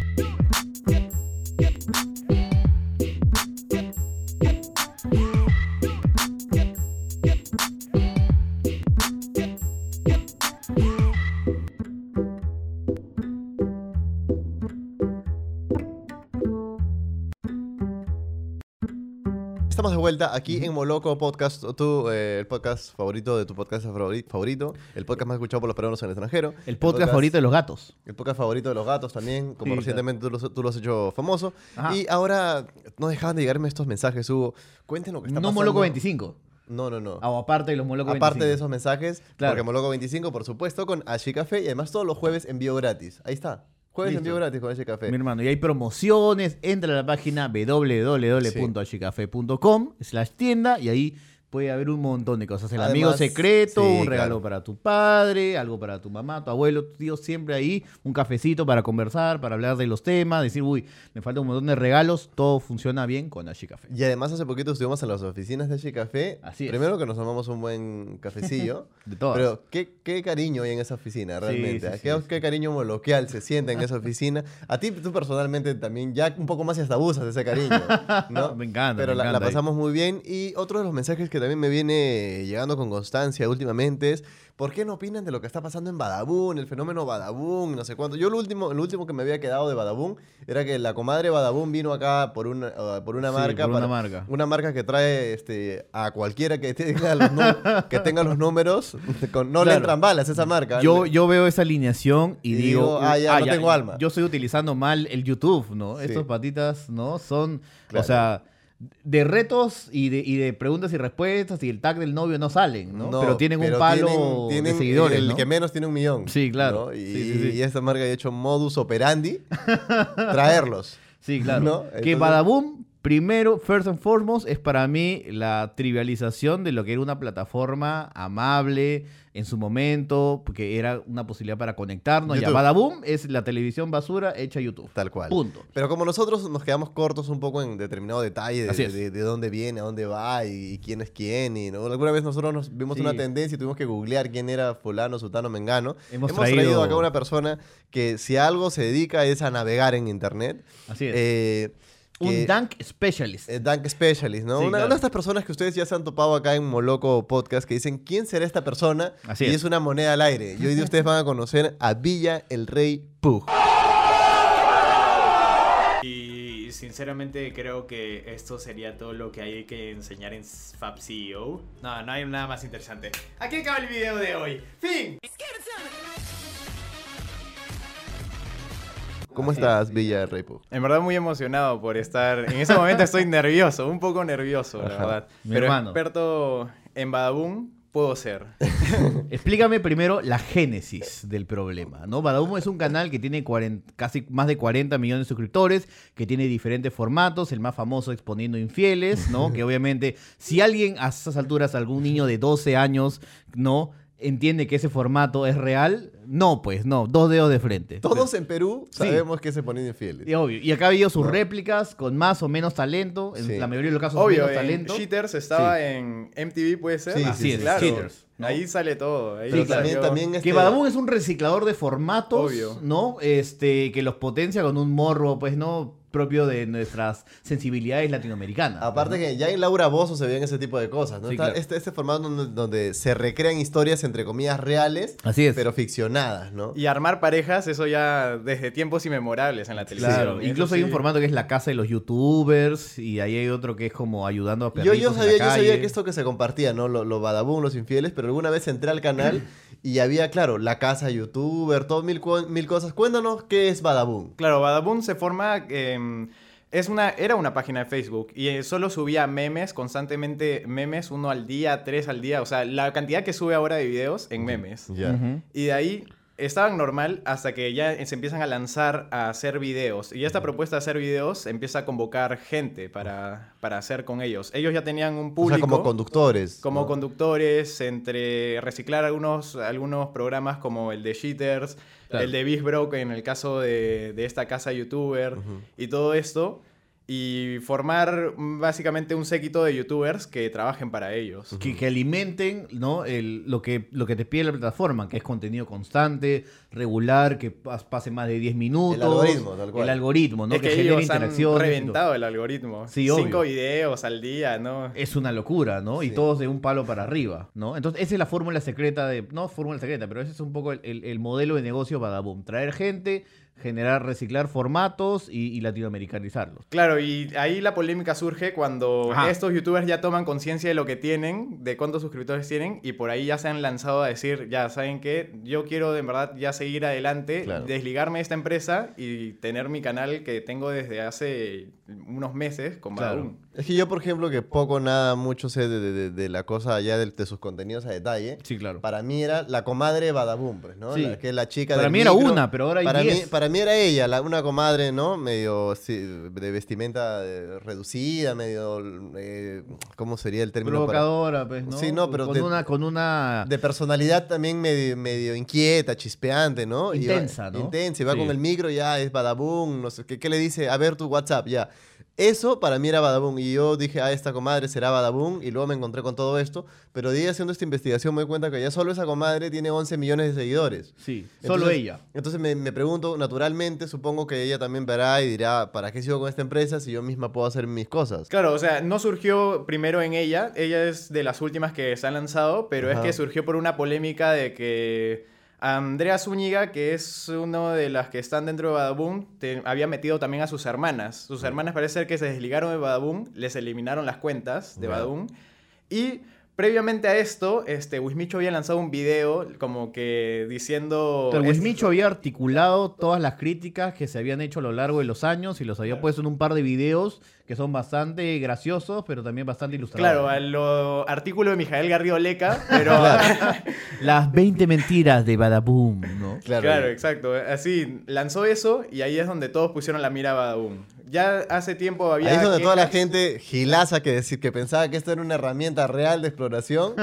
Estamos de vuelta aquí en Moloco Podcast, tu, eh, el podcast favorito de tu podcast favori- favorito, el podcast más escuchado por los peruanos en el extranjero.
El podcast favorito de los gatos.
El podcast favorito de los gatos también, como
Sí,
recientemente tú lo, tú lo has hecho famoso.
Ajá.
Y ahora no dejaban de llegarme estos mensajes, Hugo. Cuéntenos lo que está
No
pasando.
Moloco 25.
No, no, no.
O aparte de los Moloco 25.
Aparte de esos mensajes,
Claro.
porque Moloco 25, por supuesto, con Ashi Café y además todos los jueves envío gratis. Ahí está. Jueves
Listo.
envío gratis con Ashi Café.
Mi hermano, y hay promociones. Entra a la página www.achicafe.com slash tienda y ahí puede haber un montón de cosas. El
Además,
amigo secreto,
sí,
un regalo
claro.
para tu padre, algo para tu mamá, tu abuelo, tu tío, siempre ahí. Un cafecito para conversar, para hablar de los temas, decir, uy, me falta un montón de regalos. Todo funciona bien con Ashi Café.
Y además hace poquito estuvimos en las oficinas de Ashi Café.
Así es.
Primero que nos tomamos un buen cafecillo.
De todas.
Pero qué, qué cariño hay en esa oficina,
Sí,
realmente.
sí, sí,
qué,
sí.
qué cariño moloquial se siente en esa oficina. A ti, tú personalmente también, ya un poco más y hasta abusas de ese cariño. ¿no?
Me encanta,
Pero
me
la, la
encanta ahí.
pasamos muy bien. Y otro de los mensajes que también me viene llegando con constancia últimamente es: ¿por qué no opinan de lo que está pasando en Badabun, el fenómeno Badabun, no sé cuánto? Yo, lo último, lo último que me había quedado de Badabun era que la comadre Badabun vino acá por una, eh, por una
Sí,
marca.
por una
para-
marca.
una marca que trae este, a cualquiera que tenga los, nu- que tenga los números, con- no le
Claro.
entran balas a esa marca.
Yo,
Le-
yo veo esa alineación y,
Y
digo,
digo, ah, ya, no tengo alma.
Yo estoy utilizando mal el YouTube, ¿no?
Sí.
Estos patitas, ¿no? Son,
Claro.
o sea, de retos y de, y de preguntas y respuestas y el tag del novio no salen, ¿no?
no,
pero tienen un
pero
palo
tienen- tienen
de seguidores,
El
¿no?
que menos tiene un millón.
Sí, claro.
¿no? Y,
Sí, sí, sí.
y esta marca ha hecho modus operandi traerlos.
Sí, claro.
¿no?
Que
Entonces-
Badaboom, primero, first and foremost, es para mí la trivialización de lo que era una plataforma amable en su momento, porque era una posibilidad para conectarnos. Ya
YouTube.
Badaboom es la televisión basura hecha YouTube.
Tal cual.
Punto.
Pero como nosotros nos quedamos cortos un poco en determinado detalle
Así
de,
es.
de- de dónde viene, a dónde va y, y quién es quién. Y, ¿no? Alguna vez nosotros nos vimos
Sí.
una tendencia y tuvimos que googlear quién era fulano, sutano, mengano.
Hemos
traído...
traído
acá una persona que si a algo se dedica es a navegar en internet.
Así es.
Eh, que-
Un Dank Specialist.
eh, Dank Specialist, ¿no?
Sí,
una,
claro.
una de estas personas que ustedes ya se han topado acá en Moloco Podcast que dicen, ¿quién será esta persona?
Así
y
es.
es. una moneda al aire. Y hoy día ustedes van a conocer a Villa el Rey Pug.
Y sinceramente creo que esto sería todo lo que hay que enseñar en Fab E CEO. No, no hay nada más interesante. Aquí acaba el video de hoy. ¡Fin!
¿Cómo estás, Villa el Rey Pug?
En verdad muy emocionado por estar... En ese momento estoy nervioso, un poco nervioso, la
Ajá.
verdad.
Mi
Pero
hermano.
experto en Badaboom puedo ser.
Explícame primero la génesis del problema, ¿no? Badaboom es un canal que tiene 40 casi más de 40 millones de suscriptores, que tiene diferentes formatos, el más famoso exponiendo infieles, ¿no? Que obviamente si alguien a esas alturas, algún niño de 12 años, ¿no? Entiende que ese formato es real, no, pues no, dos dedos de frente.
Todos en Perú
Sí.
sabemos que se ponen infieles.
Y obvio, y acá ha habido sus réplicas con más o menos talento, en
Sí.
la mayoría de los casos
Obvio,
menos
en
talento.
Cheaters estaba
Sí.
en MTV, ¿puede ser?
Sí, sí,
Ah,
Así sí, es, sí.
claro.
Cheaters, ¿no?
Ahí sale todo. Ahí
Sí,
salió-
claro.
también, también este-
Que Badabun es un reciclador de formatos,
Obvio.
¿no? Este, que los potencia con un morro, pues, ¿no? Propio de nuestras sensibilidades latinoamericanas.
Aparte que ya en Laura Bozo se veían ese tipo de cosas, ¿no?
Sí,
Está
claro.
este, este formato donde, donde se recrean historias entre comillas reales,
Así es.
pero ficcionadas, ¿no?
Y armar parejas, eso ya desde tiempos inmemorables en la televisión.
Claro,
Eso
incluso hay un
sí.
formato que es la casa de los youtubers y ahí hay otro que es como ayudando a
Yo,
perritos
yo,
en la
sabía, yo sabía
calle.
que esto que se compartía, ¿no? Lo, lo badabun, los infieles, pero alguna vez entré al canal y había, claro, la casa youtuber, todo mil, cu- mil cosas. Cuéntanos qué es badabun.
Claro, Badabun se forma em, Es una, era una página de Facebook y eh, solo subía memes, constantemente memes, uno al día, tres al día. O sea, la cantidad que sube ahora de videos en memes.
Ya.
Ujú.
Y de ahí estaban normal hasta que ya se empiezan a lanzar a hacer videos. Y esta propuesta de hacer videos empieza a convocar gente para, para hacer con ellos. Ellos ya tenían un
O
público.
sea, como conductores.
como
¿no?
conductores, entre reciclar algunos, algunos programas como el de Cheaters,
Claro.
el de Beef Broke en el caso de, de esta casa youtuber
Ujú.
y todo esto. Y formar mm, básicamente un séquito de youtubers que trabajen para ellos.
que, que alimenten ¿no? El- lo, que, lo que te pide la plataforma, que es contenido constante, regular, que pas- pase más de 10 minutos.
algoritmo, tal cual.
El algoritmo, ¿no?
Es
que,
que,
genere
ellos han
interacciones.
reventado el algoritmo.
Sí,
Cinco
obvio.
videos al día, ¿no?
Es una locura, ¿no? Y
Sí.
todos de un palo para arriba, ¿no? Entonces, esa es la fórmula secreta de. No fórmula secreta, pero ese es un poco el, el- el modelo de negocio Badaboom. Traer gente, generar, reciclar formatos y, y latinoamericanizarlos.
Claro, y ahí la polémica surge cuando
Ajá.
estos youtubers ya toman conciencia de lo que tienen, de cuántos suscriptores tienen, y por ahí ya se han lanzado a decir, ya saben que yo quiero de verdad ya seguir adelante,
Claro.
desligarme de esta empresa y tener mi canal que tengo desde hace unos meses con
Claro.
Badum.
Es que yo, por ejemplo, que poco, nada, mucho sé de, de- de- de la cosa allá de, de sus contenidos a detalle.
Sí, claro.
Para mí era la comadre Badaboom, pues, ¿no?
Sí.
La, que es la chica
Para
del
mí era
micro.
una, pero ahora hay
para mí,
diez.
para mí era ella, la- una comadre, ¿no? Medio sí, de vestimenta eh, reducida, medio... eh, ¿Cómo sería el término? para-
Provocadora, pues, ¿no?
Sí, no, pero
Con
de-
una. Con una...
De personalidad también medio, medio inquieta, chispeante, ¿no? Y va-
Intensa, ¿no?
Intensa, y va
Sí.
con el micro, ya es Badaboom, no sé qué, ¿qué le dice? A ver tu WhatsApp, ya. Eso para mí era Badaboom. Y yo dije, ah, esta comadre será Badaboom. Y luego me encontré con todo esto. Pero de ahí haciendo esta investigación me doy cuenta que ya solo esa comadre tiene 11 millones de seguidores.
Sí, solo
Entonces-
ella.
Entonces me, me pregunto, naturalmente, supongo que ella también verá y dirá, ¿para qué sigo con esta empresa si yo misma puedo hacer mis cosas?
Claro, o sea, no surgió primero en ella, ella es de las últimas que se han lanzado, pero
Ajá.
es que surgió por una polémica de que Andrea Zúñiga, que es una de las que están dentro de Badaboom, te- había metido también a sus hermanas. Sus hermanas parece ser que se desligaron de Badaboom, les eliminaron las cuentas de
Ya.
Badaboom y... Previamente a esto, este, Wismicho había lanzado un video como que diciendo...
Pero
es-
Wismicho había articulado todas las críticas que se habían hecho a lo largo de los años y los había puesto en un par de videos que son bastante graciosos, pero también bastante ilustrados.
Claro,
Ah.
al lo- artículo de Mijael Garrido Leca, pero...
Las 20 mentiras de Badaboom, ¿no?
Claro, exacto. Así, lanzó eso y ahí es donde todos pusieron la mira a Badaboom. Ya hace tiempo había...
Ahí es donde
que-
toda la gente gilaza que, decir, que pensaba que esto era una herramienta real de exploración,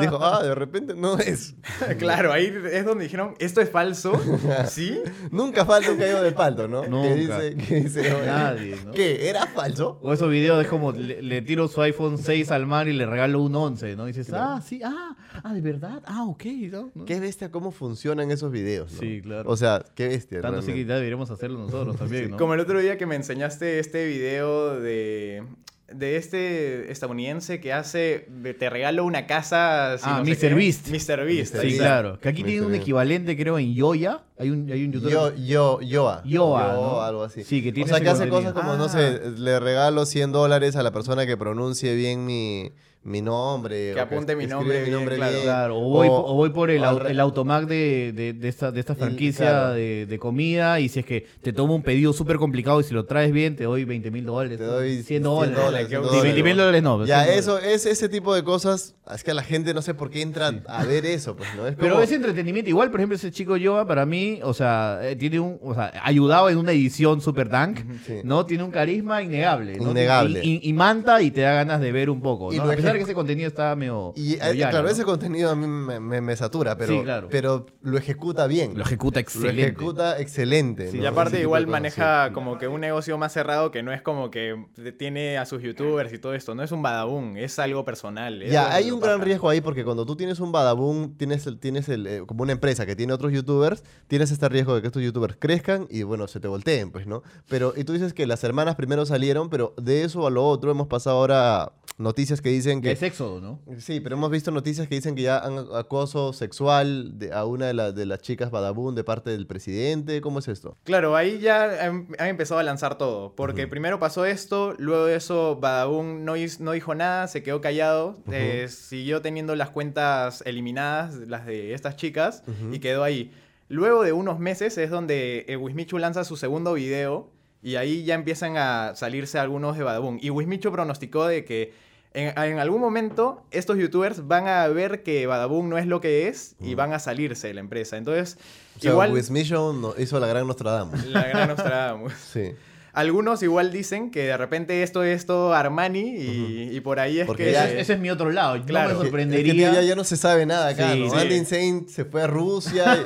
dijo, ah, de repente no es.
claro, ahí es donde dijeron, esto es falso, ¿sí?
Nunca falta un caído de palto, ¿no? Que
Nunca.
dice, que dice, "Oye,
Nadie, ¿no?
¿qué? ¿Era falso?
O esos videos es como le, le tiro su iPhone 6 al mar y le regalo un 11, ¿no? Y dices, ah, sí, ah, ah, de verdad, ah, ok, ¿no? ¿No?
Qué bestia cómo funcionan esos videos, ¿no?
Sí, claro.
O sea, qué bestia.
Tanto sí que
realmente.
ya deberíamos hacerlo nosotros también, ¿no?
Como el otro día que me enseñaste este video de... De este estadounidense que hace, de- te regalo una casa. si
Ah,
no sé qué.
MrBeast.
Mr. Beast.
Sí,
Ahí
exacto.
está.
claro. Que aquí
Muy
tiene un
bien.
equivalente, creo, en Yoya. Hay un, hay un youtuber.
Yo, yo, Yoa.
Yoa,
Yo,
¿no?
algo así.
Sí, que tiene Ah.
o sea,
ese
que hace
contenido.
cosas como, no sé, le regalo 100 dólares a la persona que pronuncie bien mi, mi nombre.
Que
o
apunte mi
escribe
nombre bien, claro.
Claro, o voy, o voy por el,
o al
au-
re-
el automac de, de, de esta, de esta
El-
franquicia
claro.
de, de comida y si es que te tomo un pedido súper complicado y si lo traes bien te doy 20 mil dólares.
Te doy
100 dólares.
100 dólares,
Sí,
100
20 mil dólares no. pero
Ya,
100
eso,
dólares.
es ese tipo de cosas. Es que la gente no sé por qué entra a ver eso, pues, ¿no? Es
Pero
como-
es entretenimiento. Igual, por ejemplo, ese chico Yoa para mí, o sea, eh, tiene un, o sea, ayudado en una edición super tank,
Sí.
¿no? Tiene un carisma innegable. ¿no?
Innegable.
Y, y- y manta y te da ganas de ver un poco,
Y
¿no?
lo
A pesar de
ejecu-
que ese contenido está medio...
Y eh,
medio llano,
claro,
¿no?
ese contenido a mí me, me- me satura, pero,
Sí, claro.
pero lo ejecuta bien.
Lo ejecuta
Lo
excelente.
ejecuta excelente.
Sí,
¿no?
Y
¿no?
aparte
Ese tipo
igual
de cosas,
maneja
sí.
como que un negocio más cerrado que no es como que tiene a sus youtubers y todo esto. No es un badaboom, es algo personal. es
Ya,
algo
hay
que
un
lo
gran
paga.
riesgo ahí porque cuando tú tienes un badaboom, tienes, el, tienes el, eh, como una empresa que tiene otros youtubers, tienes este riesgo de que estos youtubers crezcan y bueno, se te volteen, pues, ¿no? Pero, y tú dices que las hermanas primero salieron, pero de eso a lo otro hemos pasado ahora noticias que dicen que...
Es éxodo, ¿no?
Sí, pero hemos visto noticias que dicen que ya han acoso sexual de- a una de, la- de las chicas Badabun de parte del presidente. ¿Cómo es esto?
Claro, ahí ya han, han empezado a lanzar todo. Porque primero pasó esto, luego de eso Badaboom no, hiz- no dijo nada, se quedó callado, eh, siguió teniendo las cuentas eliminadas, las de estas chicas, y quedó ahí. Luego de unos meses es donde eh, Wismichu lanza su segundo video. Y ahí ya empiezan a salirse algunos de Badaboom. Y Wismichu pronosticó de que en, en algún momento estos youtubers van a ver que Badaboom no es lo que es y van a salirse de la empresa. Entonces,
O sea,
igual
With Mission no- hizo la gran Nostradamus.
la gran Nostradamus.
Sí.
Algunos igual dicen que de repente esto es todo Armani y, y por ahí es
Porque
que...
ya-
Ese, ese es mi otro lado. Yo
Claro.
me
Que-
sorprendería.
es que ya, ya no se sabe nada acá,
Sí,
¿no?
sí.
Andy Insane se fue a Rusia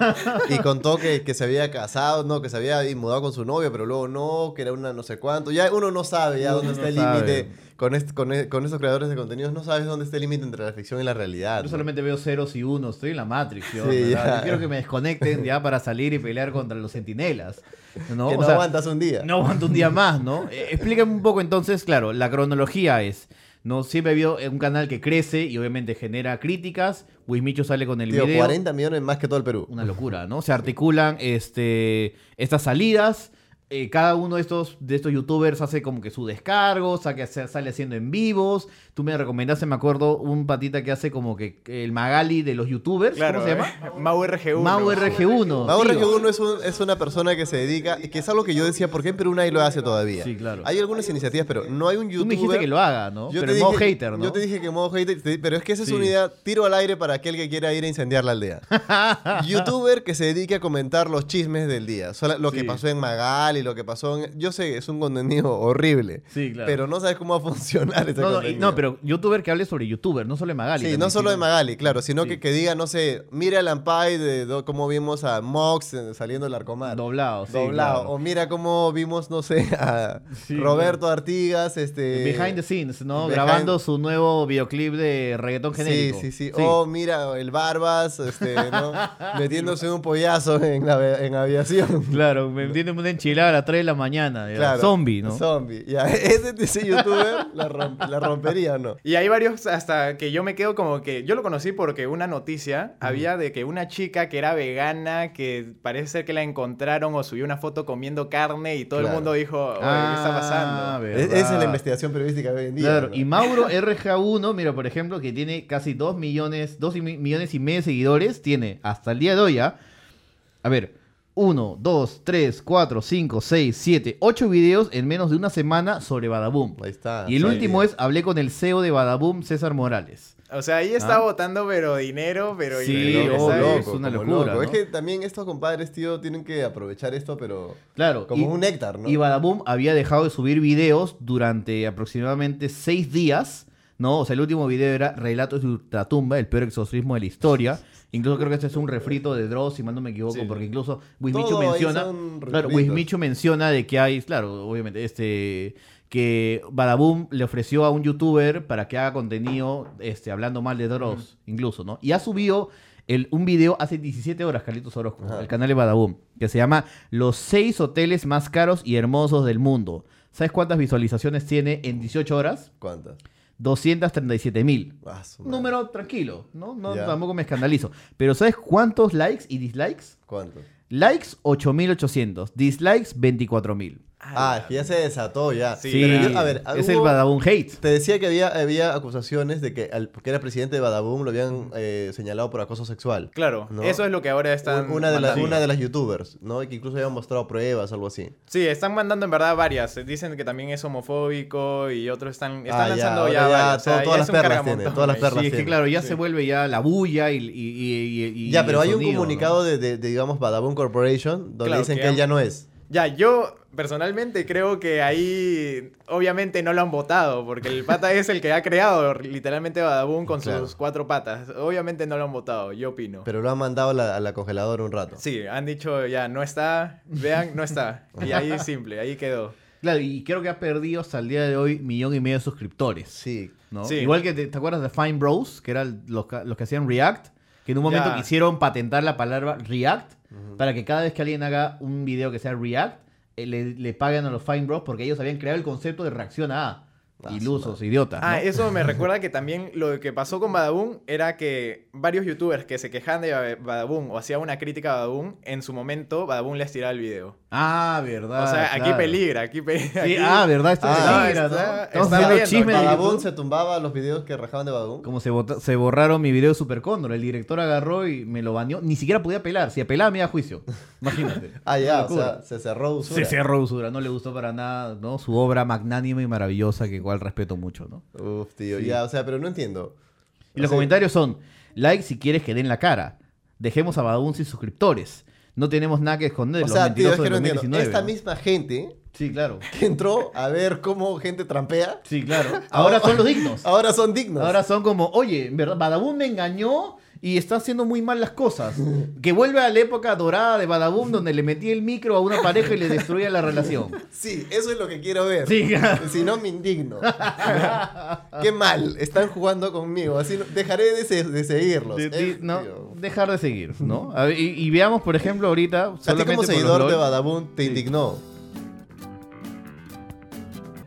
y, y contó que, que se había casado, no, que se había mudado con su novia, pero luego no, que era una no sé cuánto. Ya uno no sabe ya dónde está el
sabe.
límite. Con, est- con, e- con esos creadores de contenidos no sabes dónde está el límite entre la ficción y la realidad.
Yo
¿no?
solamente veo ceros y unos. Estoy en la Matrix. Yo,
Sí,
¿verdad?
ya.
Yo quiero que me desconecten ya para salir y pelear contra los sentinelas. ¿no?
que
O
no
sea,
aguantas un día.
No aguanto un día más, ¿no? Eh, Explícame un poco entonces, claro, la cronología es, ¿no? Siempre ha habido eh, un canal que crece y obviamente genera críticas. Wismicho sale con el
Tío,
video.
40 millones más que todo el Perú.
Una locura, ¿no? Se articulan este, estas salidas. eh, cada uno de estos, de estos youtubers hace como que su descargo, saque- sa- sale haciendo en vivos. Tú me recomendaste, me acuerdo, un patita que hace como que el Magali de los youtubers.
Claro, eh,
¿Cómo se llama?
Mau RG1.
Mau RG1.
Mau
tío.
RG1 es, un- es una persona que se dedica, y que es algo que yo decía, ¿por qué en Perú nadie lo hace todavía?
Sí, claro.
Hay algunas iniciativas, pero no hay un youtuber.
Tú me dijiste que lo haga, ¿no? Pero en modo hater, ¿no?
Yo te dije que en modo hater, te- pero es que esa es
Sí.
una idea tiro al aire para aquel que quiera ir a incendiar la aldea. Youtuber que se dedique a comentar los chismes del día. Sola- lo que
Sí.
pasó en Magali, lo que pasó en... Yo sé, es un contenido horrible.
Sí, claro.
Pero no sabes cómo va a funcionar ese
No, no, y-
contenido.
no, pero youtuber que hable sobre youtuber, no solo de Magali.
Sí,
también,
no solo
sino-
de Magali, claro, sino
Sí.
que, que diga, no sé, mira el Ampay de do- cómo vimos a Mox eh, saliendo del arcomar.
Doblado, sí,
doblado.
claro.
O mira cómo vimos, no sé, a
Sí,
Roberto Artigas, este...
Behind the scenes, ¿no?
behind-
Grabando su nuevo videoclip de reggaetón genérico.
Sí, Oh. sí, sí. O mira, el Barbas, este, ¿no? Metiéndose un pollazo en, la ave- en aviación.
Claro, me entienden una enchilada a las 3 de la mañana. ya.
Claro.
Zombie, ¿no?
Zombie. Ya, ese, ese youtuber la, romp- la rompería, ¿no?
Y hay varios hasta que yo me quedo como que yo lo conocí porque una noticia había de que una chica que era vegana, que parece ser que la encontraron o subió una foto comiendo carne y todo el
Claro.
mundo dijo, "Oye, ¿qué está
Ah,
pasando?
E- Esa es
verdad.
la investigación periodística de hoy en día.
Claro,
¿no?
y Mauro RJ1, mira, por ejemplo, que tiene casi 2 millones, 2 millones y medio de seguidores, tiene hasta el día de hoy ya, a ver, 1, 2, 3, 4, 5, 6, 7, 8 videos en menos de una semana sobre Badaboom.
Ahí está.
Y el
Sí.
último es, hablé con el CEO de Badaboom, César Morales.
O sea, ahí está
Ah.
votando pero dinero, pero
Sí,
Pero
dinero,
como
obvio,
¿sabes?
es una
como
locura,
oh, loco.
¿no?
Es que también estos compadres, tío, tienen que aprovechar esto, pero
Claro.
como
y-
un néctar, ¿no?
Y Badaboom había dejado de subir videos durante aproximadamente seis días, ¿no? O sea, el último video era Relatos de Ultratumba, el peor exorcismo de la historia. Incluso creo que este es un refrito de Dross, si mal no me equivoco,
Sí.
porque incluso Wismichu
Todo ahí
menciona...
son
Claro,
refritos.
Wismichu menciona de que hay, claro, obviamente, este... Que Badaboom le ofreció a un youtuber para que haga contenido este, hablando mal de Dross, incluso, ¿no? Y ha subido el- un video hace 17 horas, Carlitos Orozco,
Ajá.
el canal de Badaboom, que se llama Los 6 hoteles más caros y hermosos del mundo. ¿Sabes cuántas visualizaciones tiene en 18 horas?
¿Cuántas?
237 mil.
Ah, su madre.
Número tranquilo, ¿no? no
Ya.
tampoco me escandalizo. Pero ¿sabes cuántos likes y dislikes?
¿Cuántos?
Likes 8800, dislikes 24000.
Ah, que ya se desató ya.
Sí,
Pero yo- a ver,
es
hubo-
el Badaboom hate.
Te decía que había, había acusaciones de que al que era presidente de Badaboom lo habían eh, señalado por acoso sexual.
Claro,
¿no?
eso es lo que ahora están
Un- una, de las,
mandando.
una de las youtubers, ¿no? Y que incluso habían mostrado pruebas, algo así.
Sí, están mandando en verdad varias. Dicen que también es homofóbico y otros están, están
Ah, ya,
lanzando
ahora
ya,
ya
varias. O sea,
todo-
ya
todas
es
las
un
perlas
cargamontón,
tienen, todas las
güey.
perlas.
Sí, es que
tienen.
claro, ya
Sí.
se vuelve ya la bulla y... y- y- y-
ya,
y
pero
el
hay un
sonido, ¿no?
comunicado de, de- de, digamos, Badaboom Corporation donde
Claro,
dicen
que
que, él
han-
ya no es.
Ya, yo personalmente creo que ahí obviamente no lo han votado, porque el pata es el que ha creado literalmente Badaboom con
Claro.
sus cuatro patas. Obviamente no lo han votado, yo opino.
Pero lo han mandado a la, a la congeladora un rato.
Sí, han dicho ya, no está, vean, no está. Y ahí simple, ahí quedó.
Claro, y creo que ha perdido hasta el día de hoy millón y medio de suscriptores.
Sí.
¿no?
Sí.
Igual que te, ¿te acuerdas de Fine Bros, que eran los, ca- los que hacían React, que en un momento
Ya.
quisieron patentar la palabra React para que cada vez que alguien haga un video que sea React, eh, le, le paguen a los Fine Bros porque ellos habían creado el concepto de reacción a
Ah, su
ilusos,
madre.
idiotas.
Ah,
¿no?
eso me recuerda que también lo que pasó con Badaboom era que varios youtubers que se quejaban de Badaboom o hacían una crítica a Badaboom, en su momento Badaboom les tiraba el video.
Ah, verdad.
o sea, aquí
claro.
peligra, aquí peligra.
Sí,
aquí-
ah, verdad, esto
Ah,
peligra, ¿no?
está- está
Estamos
viendo,
viendo chismes de
Badabun
YouTube.
se tumbaba los videos que rajaban de Badabun.
Como se, bota- se borraron mi video de Super Cóndor, el director agarró y me lo baneó. Ni siquiera podía apelar. Si apelaba, me iba a juicio. Imagínate.
Ah, ya,
Una
o
locura.
sea, se cerró
Se
usura.
cerró usura, no le gustó para nada, ¿no? Su obra magnánima y maravillosa, que igual respeto mucho, ¿no?
Uf, tío,
Sí.
ya, o sea, pero no entiendo.
Y los
O sea,
comentarios son: like si quieres que den la cara. Dejemos a Badabun sin suscriptores. No tenemos nada que esconder.
O
los
sea, tío,
mentirosos
es que
del
no entiendo.
2019,
Esta
¿no?
misma gente
Sí, claro.
que entró a ver cómo gente trampea,
Sí, claro. Ahora son los dignos.
ahora son dignos.
Ahora son como, oye, en verdad, Badabun me engañó y está haciendo muy mal las cosas. Que vuelve a la época dorada de Badabun donde le metía el micro a una pareja y le destruía la relación.
Sí, eso es lo que quiero ver.
Sí, claro.
Si no, me indigno. Qué mal, están jugando conmigo. Así no- dejaré de, se- de seguirlos.
De- de-
Eh,
no,
tío.
dejar de seguir, ¿no? A ver, y, y veamos, por ejemplo, ahorita.
A ti
solamente
como
por los
seguidor
LOL.
de Badabun te indignó.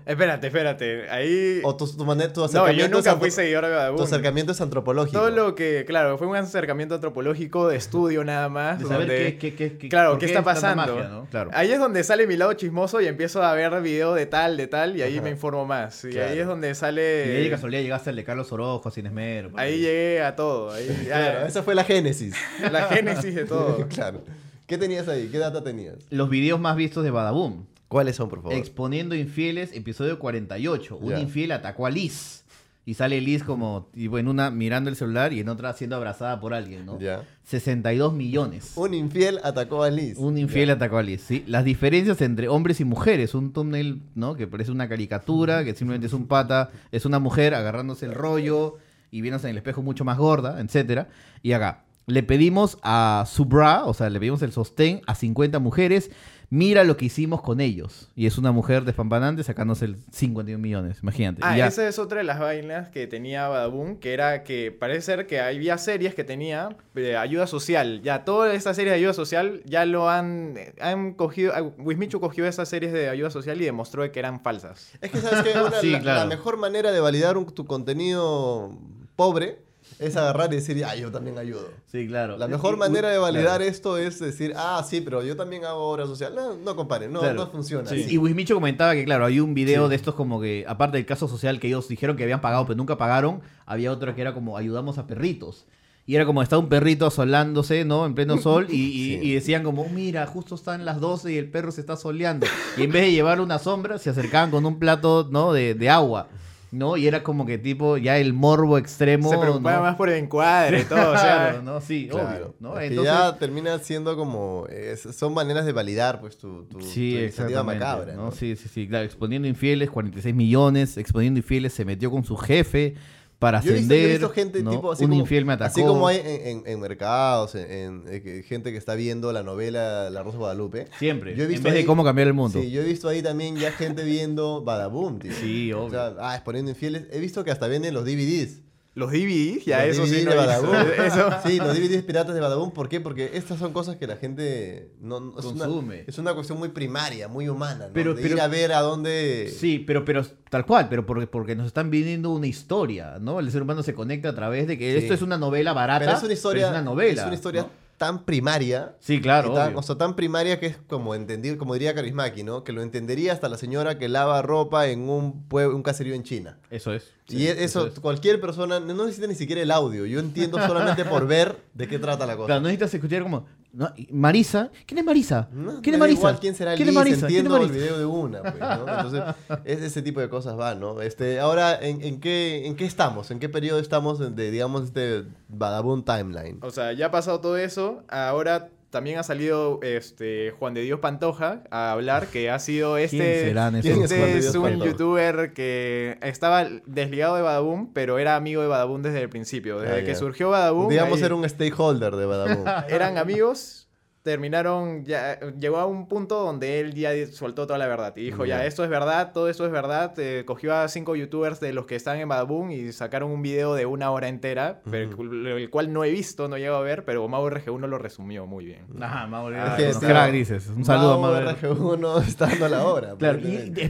Espérate, espérate. Ahí.
O tu, tu, mane- tu
No,
acercamiento
yo nunca
es
fui
antro-
seguidor de
Tu
Badabun.
acercamiento es antropológico.
Todo lo que, claro, fue un acercamiento antropológico de estudio nada más.
De saber qué,
donde-
qué- qué- qué-
claro,
por
¿qué está
es tanta
pasando?
magia, ¿no? Claro.
Ahí es donde sale mi lado chismoso y empiezo a ver video de tal, de tal, y ahí me informo más. Y ahí
Claro.
es donde
Y de ahí de
sale...
casualidad llegaste al de Carlos Orozco, sin esmero. por
eh, Ahí llegué a todo. Ahí,
Claro,
Ah.
a-
esa fue la génesis.
La génesis de todo.
claro. ¿Qué tenías ahí? ¿Qué data tenías?
Los videos más vistos de Badaboom.
¿Cuáles son, por favor?
Exponiendo infieles, episodio 48. Un
Ya.
infiel atacó a Liz. Y sale Liz como, y bueno, en una mirando el celular y en otra siendo abrazada por alguien, ¿no?
Ya.
62 millones.
Un infiel atacó a Liz.
Un infiel atacó a Liz, ¿sí? Las diferencias entre hombres y mujeres. Un thumbnail, ¿no? Que parece una caricatura, que simplemente es un pata, es una mujer agarrándose el rollo y viéndose en el espejo mucho más gorda, etcétera. Y acá, le pedimos a su bra, o sea, le pedimos el sostén a 50 mujeres. Mira lo que hicimos con ellos. Y es una mujer despampanante sacándose el 51 millones, imagínate.
Ah,
Y ya-
esa es otra de las vainas que tenía Badaboom, que era que parece ser que había series que tenía eh, ayuda social. Ya todas estas series de ayuda social ya lo han, eh, han cogido, ah, Wismichu cogió esas series de ayuda social y demostró que eran falsas.
Es que sabes que una-
Sí,
la,
claro.
la mejor manera de validar un- tu contenido pobre es agarrar y decir, ah, yo también ayudo.
Sí, claro.
La
Y-
mejor
y-
manera de validar
claro.
esto es decir, ah, sí, pero yo también hago obra social. No, no comparen, no,
Claro.
no funciona.
Sí.
así.
Y Wismicho comentaba que, claro, hay un video
Sí.
de estos como que, aparte del caso social que ellos dijeron que habían pagado, pero nunca pagaron, había otro que era como ayudamos a perritos. Y era como está un perrito asolándose, ¿no? En pleno sol. Y, y-
Sí.
y decían como, mira, justo están las 12 y el perro se está soleando. Y en vez de llevarle una sombra, se acercaban con un plato, ¿no? De, de agua. ¿No? Y era como que tipo ya el morbo extremo.
Se preocupaba
¿no?
más por el encuadre y todo. o sea,
Claro, ¿no? Sí,
Claro.
obvio. ¿no?
Es que
Entonces-
ya termina siendo como. es- son maneras de validar, pues, tu, tu,
Sí,
tu iniciativa
exactamente.
macabra.
¿no?
¿no?
Sí, sí, sí. Claro, exponiendo infieles, 46 millones. Exponiendo infieles, se metió con su jefe para
Yo he visto, yo
ascender.
he visto gente
¿no?
tipo así
Un
como,
infiel me atacó.
Así como hay en, en- en mercados, en, en- eh, que- gente que está viendo la novela La Rosa de Guadalupe.
Siempre.
Yo he
en
visto
vez
ahí-
de cómo cambiar el mundo.
Sí, yo he visto ahí también ya gente viendo Badaboom, tío.
Sí, obvio.
O sea, ah, exponiendo infieles. He visto que hasta venden los DVDs.
Los DVDs, ya
los
eso sí.
DVDs
no
de
hizo.
Badaboom.
Eso-
Sí, los DVDs piratas de Badaboom. ¿Por qué? Porque estas son cosas que la gente no, no- es una-
Consume.
Es una, cuestión muy primaria, muy humana. ¿no?
Pero-
de
pero-
ir a ver a dónde.
Sí, pero, pero tal cual, pero porque, porque nos están viniendo una historia, ¿no? El ser humano se conecta a través de que
Sí.
esto es una novela barata.
Pero es una historia.
es una novela.
es una historia
¿no?
tan primaria.
Sí, claro.
y tan-
obvio.
o sea, tan primaria que es como entender, como diría Karismaki, ¿no? Que lo entendería hasta la señora que lava ropa en un pueblo, un caserío en China.
Eso es.
y
Sí,
e- eso,
es.
cualquier persona, no no necesita ni siquiera el audio. Yo entiendo solamente por ver de qué trata la cosa.
Claro, no necesitas escuchar como. no, y Marisa. ¿Quién es Marisa?
No,
¿Quién es
me da
Marisa?
igual quién será
¿Quién
Liz,
es Marisa? ¿Quién es
entiendo el
Marisa?
video de una, pues, ¿no? Entonces, es- ese tipo de cosas van, ¿no? Este, ahora, ¿en, en qué, ¿en qué estamos? ¿En qué periodo estamos de, digamos, este Badaboom Timeline?
O sea, ya ha pasado todo eso. Ahora también ha salido este Juan de Dios Pantoja a hablar, que ha sido este.
serán esos?
¿Quién es Juan
este
de
es,
Dios
un
Pantoja?
youtuber que estaba desligado de Badaboom, pero era amigo de Badaboom desde el principio. Desde
Ah,
que
ya.
surgió Badaboom.
digamos,
ahí-
era un stakeholder de Badaboom.
eran amigos. Terminaron, ya, llegó a un punto donde él ya soltó toda la verdad y dijo, ya,
Ya.
esto es verdad, todo esto es verdad. Eh, cogió a cinco youtubers de los que están en Badaboom y sacaron un video de una hora entera, pero el, el cual no he visto, no he llegado a ver, pero Mau RG1 lo resumió muy bien.
Ajá, Mau Olivera.
Ah,
con
es
los
que,
crack
tío,
grises. Un saludo a Mau
Mau
Olivera.
RG1 está dando la hora. pues,
Claro, y,
aparentemente.
de- de-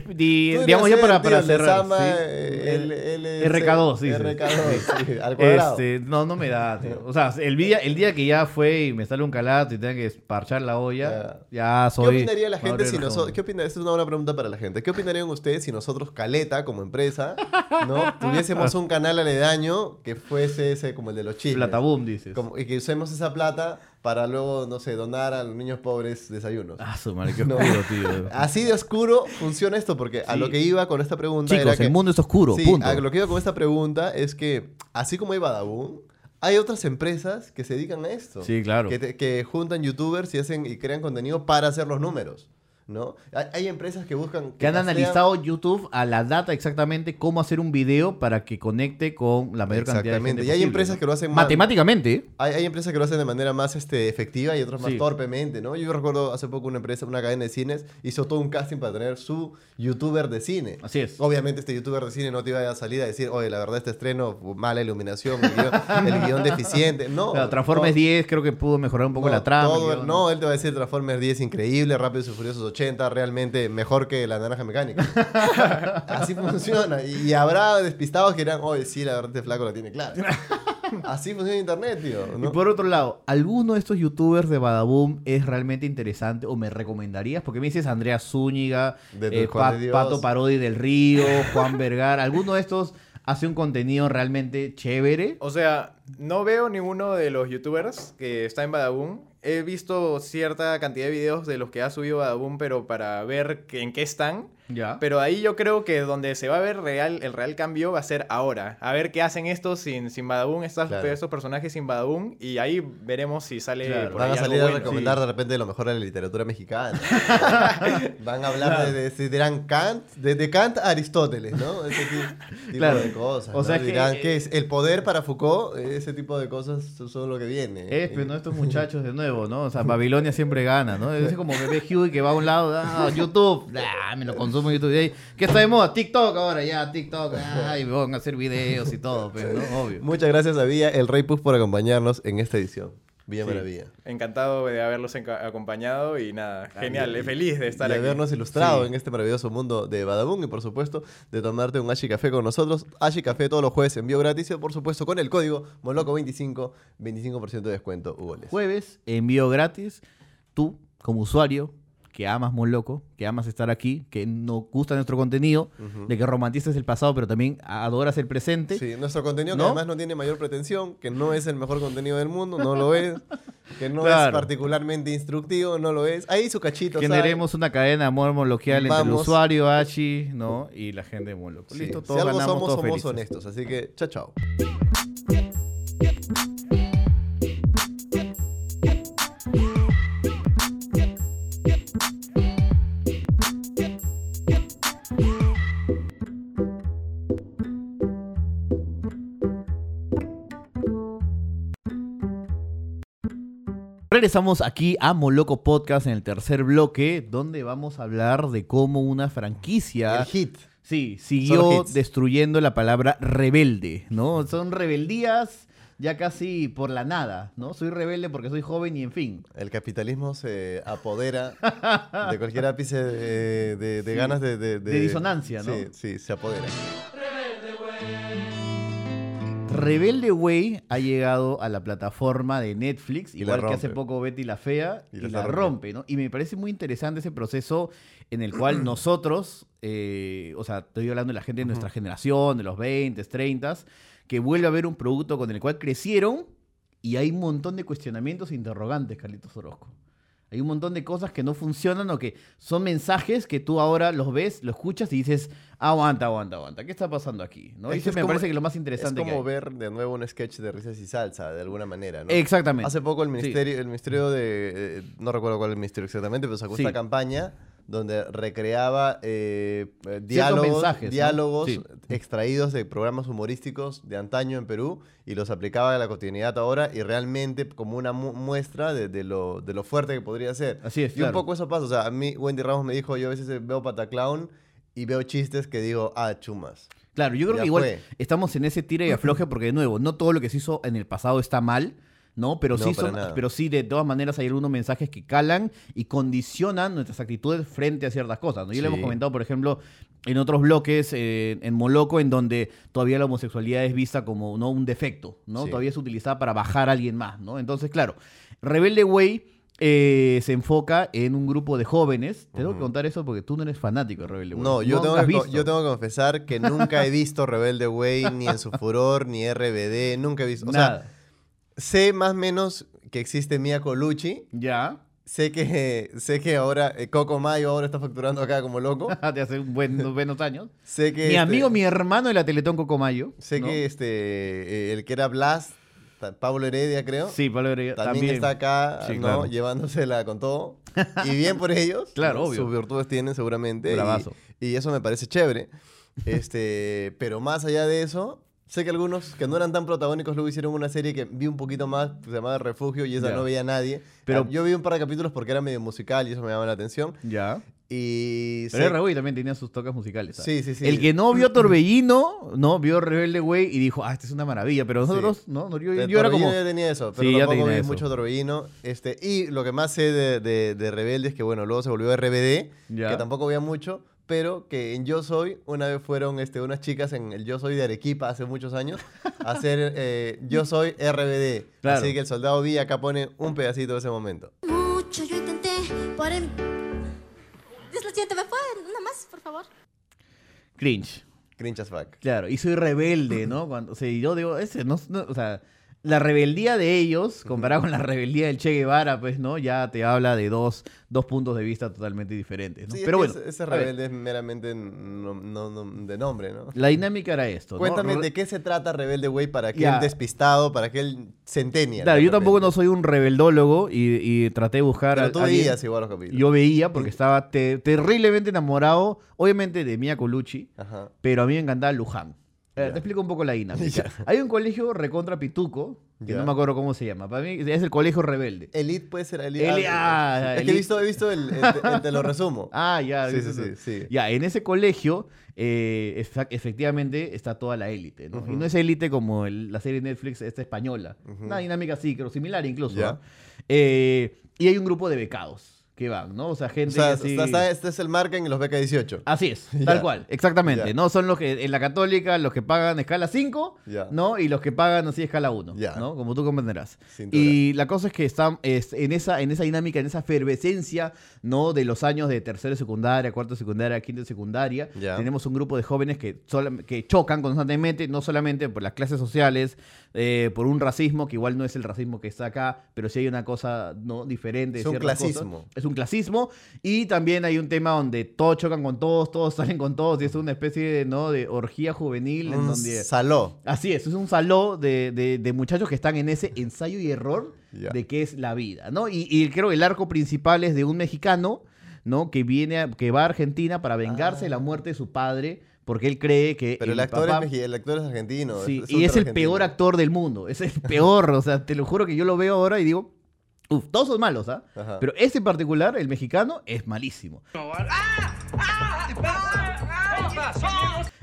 Podría
digamos ya
ser,
para,
tío,
para
el de
cerrar.
Sama,
sí.
eh, el- el- el-
RK2, dices.
RK2, sí, al cuadrado.
Este, no, no me da, tío. O sea, el día, el día que ya fue y me sale un calato y tenga que parchar la olla, ya
Ya. ¿Qué
soy...
opinaría la gente
maduro
si
del
nosotros...
rojo.
¿Qué opina- Esta es una buena pregunta para la gente. ¿Qué opinarían ustedes si nosotros, Caleta, como empresa, ¿no? tuviésemos un canal aledaño que fuese ese como el de los chismes?
Plataboom, dices.
Como- y que usemos esa plata para luego, no sé, donar a los niños pobres desayunos.
Ah, su madre, qué
No. Ah,
oscuro, tío.
Así de oscuro funciona esto, porque a
Sí.
lo que iba con esta pregunta era
Chicos,
que...
el mundo es oscuro,
Sí,
punto.
a lo que iba con esta pregunta es que, así como hay Badabun, hay otras empresas que se dedican a esto.
Sí, claro.
Que, te- que juntan youtubers y hacen y crean contenido para hacer los números, ¿no? Hay, hay empresas que buscan...
Que han
castean-
analizado YouTube a la data exactamente cómo hacer un video para que conecte con la mayor cantidad de gente
Exactamente. Y hay
posible,
empresas
¿no?
que lo hacen más-
Matemáticamente, ¿eh?
Hay, hay empresas que lo hacen de manera más este, efectiva y otras más
Sí.
torpemente, ¿no? Yo recuerdo hace poco una empresa, una cadena de cines, hizo todo un casting para tener su youtuber de cine.
Así es.
Obviamente este youtuber de cine no te iba a salir a decir, oye, la verdad este estreno, mala iluminación, el guión, el guión deficiente. No.
O sea, Transformers
no,
10 creo que pudo mejorar un poco
no,
la trama.
todo-
yo-
no, él te va a decir Transformers 10 increíble, Rápidos y Furiosos 80, realmente mejor que la naranja mecánica. Así funciona. Y, y habrá despistados que dirán, oye, sí, la verdad este flaco la tiene clara. Así funciona internet, tío.
Y
¿no?
por otro lado, ¿alguno de estos youtubers de Badaboom es realmente interesante o me recomendarías? Porque me dices Andrea Zúñiga,
De tu
eh,
Juan
Pa-
de Dios.
Pato Parodi del Río, Juan Vergara. ¿Alguno de estos hace un contenido realmente chévere?
O sea, no veo ninguno de los youtubers que está en Badaboom. He visto cierta cantidad de videos de los que ha subido Badaboom, pero para ver que- en qué están.
Ya.
Pero ahí yo creo que donde se va a ver real, el real cambio va a ser ahora. A ver qué hacen estos sin, sin Badaboom, estas-
Claro.
estos personajes sin Badaboom. Y ahí veremos si sale
Claro.
por
Van
ahí
a
algo
salir a
bueno.
recomendar de repente lo mejor de la literatura mexicana. Van a hablar de, de- se dirán Kant, de, de Kant a Aristóteles, ¿no? Ese ti- tipo
Claro.
de cosas.
O
¿no?
sea que- eh,
dirán que es el poder para Foucault, ese tipo de cosas son son lo que viene.
Es, pero no estos muchachos de nuevo, ¿no? O sea, Babilonia siempre gana, ¿no? Es como bebé Huey que va a un lado, ah, YouTube, ah, me lo consumo en YouTube. Y ahí, ¿Qué está de moda? TikTok ahora, ya, TikTok, ah, y me van a hacer videos y todo, pero ¿no? Obvio.
Eh, Muchas gracias a Villa, el Rey Puff, por acompañarnos en esta edición. Villa
Sí.
Maravilla.
Encantado de haberlos enca- acompañado y nada, genial, eh, feliz de estar
y
aquí.
habernos ilustrado
Sí.
en este maravilloso mundo de Badabun y por supuesto de tomarte un Ashi Café con nosotros. Ashi Café todos los jueves envío gratis y por supuesto con el código Moloco25, 25% de descuento, Hugo Les.
Jueves, envío gratis. Tú, como usuario, que amas muy loco, que amas estar aquí, que nos gusta nuestro contenido, de que romantizas el pasado, pero también adoras el presente.
Sí, nuestro contenido
¿No?
que además no tiene mayor pretensión, que no es el mejor contenido del mundo, no lo es, que no es
Claro.
particularmente instructivo, no lo es. Ahí su cachito, ¿sabe?
Generemos una cadena de amor moloquial entre el
Vamos.
usuario, Achi, ¿no? Y la gente de Moloco.
Sí.
Listo,
Si
todos
algo
ganamos,
somos,
todos
somos
felices.
honestos, así que chao, chao.
Regresamos aquí a Moloco Podcast en el tercer bloque, donde vamos a hablar de cómo una franquicia
El hit.
Sí, siguió
hits.
destruyendo la palabra rebelde, ¿no? Son rebeldías ya casi por la nada, ¿no? Soy rebelde porque soy joven y en fin.
El capitalismo se apodera de cualquier ápice de, de- de ganas de,
De disonancia, ¿no?
Sí, sí, se apodera.
Rebelde Way ha llegado a la plataforma de Netflix,
Y la
igual que
rompe.
hace poco Betty la Fea, y,
Y la
la
está
rompe, ¿no? Y me parece muy interesante ese proceso en el cual nosotros, eh, o sea, estoy hablando de la gente de nuestra generación, de los 20, 30, que vuelve a ver un producto con el cual crecieron y hay un montón de cuestionamientos e interrogantes, Carlitos Orozco. Hay un montón de cosas que no funcionan o que son mensajes que tú ahora los ves, los escuchas y dices, aguanta, aguanta, aguanta, ¿qué está pasando aquí? ¿No?
Es
Y
que
eso
es
me
como-
parece que es lo más
Es
interesante que
como
hay.
ver de nuevo un sketch de risas y salsa, de alguna manera, ¿no?
Exactamente.
Hace poco el
Sí.
ministerio, el ministerio de, eh, no recuerdo cuál es el ministerio exactamente, pero sacó
Sí.
esta campaña donde recreaba eh, eh, diálogos,
mensajes, ¿no?
diálogos
Sí.
extraídos de programas humorísticos de antaño en Perú y los aplicaba a la cotidianidad ahora y realmente como una mu- muestra de, de lo, de lo fuerte que podría ser.
Así es,
Y
claro.
un poco eso pasa, o sea, a mí Wendy Ramos me dijo, yo a veces veo Pataclown y veo chistes que digo, ah, chumas.
Claro, yo creo
Ya
que igual
fue.
estamos en ese tira y afloje porque, de nuevo, no todo lo que se hizo en el pasado está mal, ¿no? Pero,
No,
sí,
para
son-
nada.
pero sí, de todas maneras, hay algunos mensajes que calan y condicionan nuestras actitudes frente a ciertas cosas, ¿no? Y lo
Sí.
hemos comentado, por ejemplo, en otros bloques, eh, en Moloco, en donde todavía la homosexualidad es vista como ¿no? un defecto, ¿no?
Sí.
Todavía es utilizada para bajar a alguien más, ¿no? Entonces, claro, Rebelde Way eh, se enfoca en un grupo de jóvenes. Te tengo que
Ujú.
contar eso porque tú no eres fanático de Rebelde Way.
No, yo, tengo
has
que, co-
visto.
yo tengo que confesar que nunca he visto Rebelde Way, ni en su furor, ni RBD, nunca he visto. O
Nada.
sea, sé más o menos que existe Mia Colucci,
Ya.
sé que, sé que ahora eh, Coco Mayo ahora está facturando acá como loco,
de hace un buen- unos buenos años.
sé que...
mi
este,
amigo, mi hermano de la Teletón Cocomayo.
Sé
¿no?
que este, eh, el que era Blas, ta- Pablo Heredia creo,
Sí, Pablo Heredia,
este, también,
También,
está acá,
Sí,
¿no?
claro.
Llevándosela con todo. Y bien por ellos.
Claro,
¿no?
obvio.
Sus virtudes tienen seguramente. y-
Bravazo.
Y, eso me parece chévere. Este, pero más allá de eso, sé que algunos que no eran tan protagónicos luego hicieron una serie que vi un poquito más, que se llamaba Refugio, y esa
Ya.
no veía a nadie.
Pero-
Ah, Yo vi un par de capítulos porque era medio musical y eso me llamaba la atención.
Ya.
Y...
Pero
sé-
el Raúl también tenía sus tocas musicales. ¿sabes?
Sí, sí, sí.
El que no vio Torbellino, no vio Rebelde Way y dijo, ah, esta es una maravilla. Pero nosotros, no, no, yo,
De
yo era
Torbellino
como.
ya tenía eso, pero
Sí, ya
tampoco
tenía
vi
eso.
mucho Torbellino. Este, y lo que más sé de, de, de Rebelde es que, bueno, luego se volvió RBD,
Ya.
que tampoco veía mucho, pero que en Yo Soy, una vez fueron este, unas chicas en el Yo Soy de Arequipa hace muchos años a hacer eh, Yo Soy RBD.
Claro.
Así que el soldado vi acá pone un pedacito de ese momento.
Mucho yo intenté por el... Es lo siguiente, me fue una más, por favor.
Cringe.
Cringe as fuck.
Claro, y soy rebelde, ¿no? Cuando, o sea, y yo digo, ese, no, no, o sea, la rebeldía de ellos, comparada con la rebeldía del Che Guevara, pues, ¿no? Ya te habla de dos, dos puntos de vista totalmente diferentes, ¿no?
Sí, es
Pero
que
bueno,
ese-
a
Ese
ver,
rebelde es meramente no- no- no- de nombre, ¿no?
la dinámica era esto, ¿no?
Cuéntame
Re-
de qué se trata Rebelde Way para aquel
Ya.
despistado, para aquel centennial.
Claro,
de
yo tampoco
repente.
no soy un rebeldólogo y, y traté de buscar...
Pero
a-
tú
alguien-
veías igual los capítulos.
Yo veía porque estaba te- terriblemente enamorado, obviamente, de Mia Colucci,
Ajá.
pero a mí me encantaba Luján. Eh, Te explico un poco la dinámica.
Ya.
Hay un colegio recontra pituco, que
Ya. Eh,
no me acuerdo cómo se llama. Para mí es el colegio rebelde.
Elite puede ser Elite.
Eli-
Ah,
ah,
es que
Elite.
he visto, he visto el, el- el- te lo resumo.
Ah, ya.
Sí,
eso-
sí, sí, sí.
Ya, en ese colegio, eh, efa- efectivamente, está toda la élite, ¿no? Y no es élite como el- la serie Netflix esta española. Una dinámica así, creo, similar incluso,
Ya.
¿no? Eh, y hay un grupo de becados que van, ¿no? O sea,
o
gente
sea,
que Ah, así...
está- está- este es el margen y los beca 18.
Así es, tal
Ya.
cual, exactamente,
Ya.
¿no? Son los que en la católica, los que pagan escala 5,
Ya.
¿no? Y los que pagan así escala 1,
Ya.
¿no? Como tú comprenderás.
Sin duda.
Y la cosa es que están es, en, esa, en esa dinámica, en esa efervescencia, ¿no? De los años de tercera secundaria, cuarta secundaria, quinta secundaria,
Ya.
tenemos un grupo de jóvenes que, solam- que chocan constantemente, no solamente por las clases sociales, eh, por un racismo, que igual no es el racismo que está acá, pero sí hay una cosa, ¿no? Diferente. de
Es un
ciertas cosas.
clasismo.
Es un clasismo. Y también hay un tema donde todos chocan con todos, todos salen con todos. Y es una especie de, ¿no? de orgía juvenil en
Un
donde.
saló.
Así es, es un salón de, de- de muchachos que están en ese ensayo y error
Ya.
de qué es la vida, ¿no? Y, y creo que el arco principal es de un mexicano, ¿no? Que viene, a- que va a Argentina para vengarse de la muerte de su padre, porque él cree que.
Ah. Pero el actor,
papá-
es, mexi- el actor es argentino.
Sí,
ultra
y es el
argentino.
peor actor del mundo. Es el peor. o sea, te lo juro que yo lo veo ahora y digo, uff, todos son malos, ¿ah?
Ajá.
Pero ese en particular, el mexicano, es malísimo.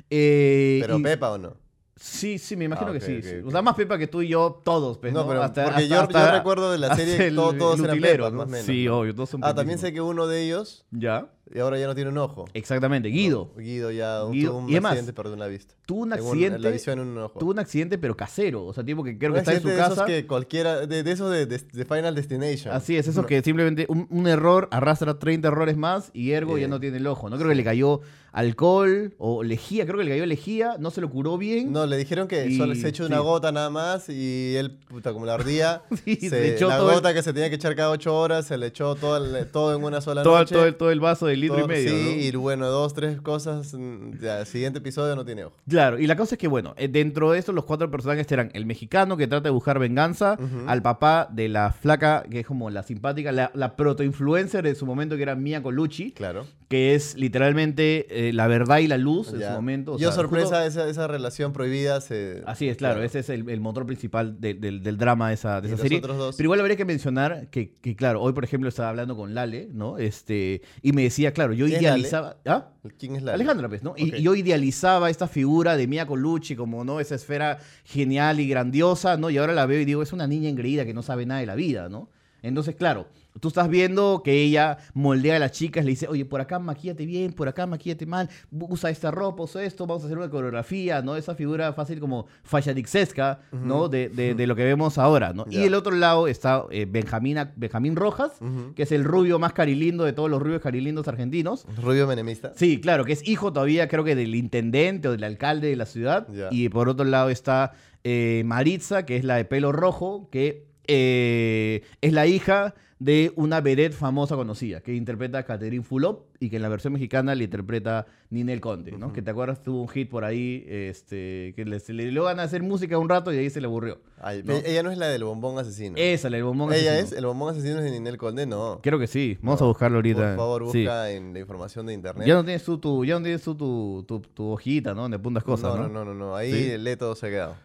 Eh,
¿Pero
y-
Pepa o no?
Sí, sí, me imagino
Ah,
que
ok,
sí.
ok,
sí.
ok.
O sea, más Pepa que tú y yo, todos, pues,
No,
¿no?
pero
Hasta-
porque
hasta-
yo- yo
hasta-
recuerdo de la serie
hasta
que todo-
el
todos eran
utilero,
Pepas,
¿no?
más o menos,
Sí,
¿no?
obvio, todos son
Ah, también
Pepismo.
sé que uno de ellos,
Ya,
y ahora ya no tiene un ojo.
exactamente. Eh, Guido.
Guido ya un-
Guido-
tuvo un
y además,
accidente, perdió la vista.
Tuvo un
En
accidente.
en la visión en un ojo.
Tuvo un accidente, pero casero. O sea, tipo que creo
Un
que está en
accidente
su
de esos
casa.
que cualquiera, de, de esos de, de- de Final Destination.
Así es, eso
No.
que simplemente un, un error arrastra 30 errores más y ergo ya
Eh,
no tiene el ojo. No creo que le cayó alcohol o lejía, creo que le cayó lejía, no se lo curó bien.
No, le dijeron que
Y-
solo se echó una
sí.
gota nada más y él, puta, como la ardía,
Sí,
se,
se echó
la
todo el-
gota que se tenía que echar cada ocho horas, se le echó todo, el- todo en una sola
todo,
noche.
todo el, todo el vaso de litro
todo-
y medio.
Sí,
¿no?
y bueno, dos, tres cosas, mm, ya, el siguiente episodio no tiene ojo.
Claro, y la cosa es que, bueno, eh, dentro de esto los cuatro personajes eran el mexicano que trata de buscar venganza, al papá de la flaca, que es como la simpática, la, la proto-influencer de su momento, que era Mia Colucci,
Claro.
que es literalmente eh, la verdad y la luz en
Ya.
su momento. o
Yo
sea,
sorpresa,
justo-
esa, esa relación prohibida se...
Así es, claro, ese es el, el motor principal de- del, del drama de esa, de esa
Y los
serie.
otros dos.
Pero igual habría que mencionar que, que, claro, hoy, por ejemplo, estaba hablando con Lale, ¿no? Este, y me decía, claro, yo
¿Quién es Lale?
idealizaba. ¿Ah?
¿Quién es la?
Alejandra, pues, ¿no? Y-
Ok.
Y, yo idealizaba esta figura de Mia Colucci como, ¿no? Esa esfera genial y grandiosa, ¿no? Y ahora la veo y digo, es una niña engreída que no sabe nada de la vida, ¿no? Entonces, claro, tú estás viendo que ella moldea a las chicas, le dice, oye, por acá maquíate bien, por acá maquíate mal, bu- usa esta ropa, usa esto, vamos a hacer una coreografía, ¿no? Esa figura fácil como fashionixesca, ¿no? De, de- de lo que vemos ahora, ¿no?
Ya.
Y el otro lado está eh, Benjamina- Benjamín Rojas,
Ujú.
que es el rubio más carilindo de todos los rubios carilindos argentinos.
Rubio menemista.
Sí, claro, que es hijo todavía, creo que del intendente o del alcalde de la ciudad.
Ya.
Y por otro lado está eh, Maritza, que es la de pelo rojo, que eh, es la hija de una vedette famosa conocida, que interpreta a Catherine Fulop y que en la versión mexicana le interpreta Ninel Conde, ¿no? Que te acuerdas, tuvo un hit por ahí, este, que le, se le dio ganas de hacer música un rato y ahí se le aburrió.
Ay,
No.
e- Ella no es la del bombón asesino.
Esa, la del bombón
ella
asesino.
es el bombón asesino es de Ninel Conde, no.
Creo que sí, vamos
No.
a buscarlo ahorita.
Por favor,
Sí.
busca en la información de internet.
Ya no tienes tú tu, ya no tienes tú tu, tu, tu hojita, ¿no? Donde apuntas cosas,
no,
¿no?
no, no, no, no. Ahí
Sí.
el Leto se ha quedado.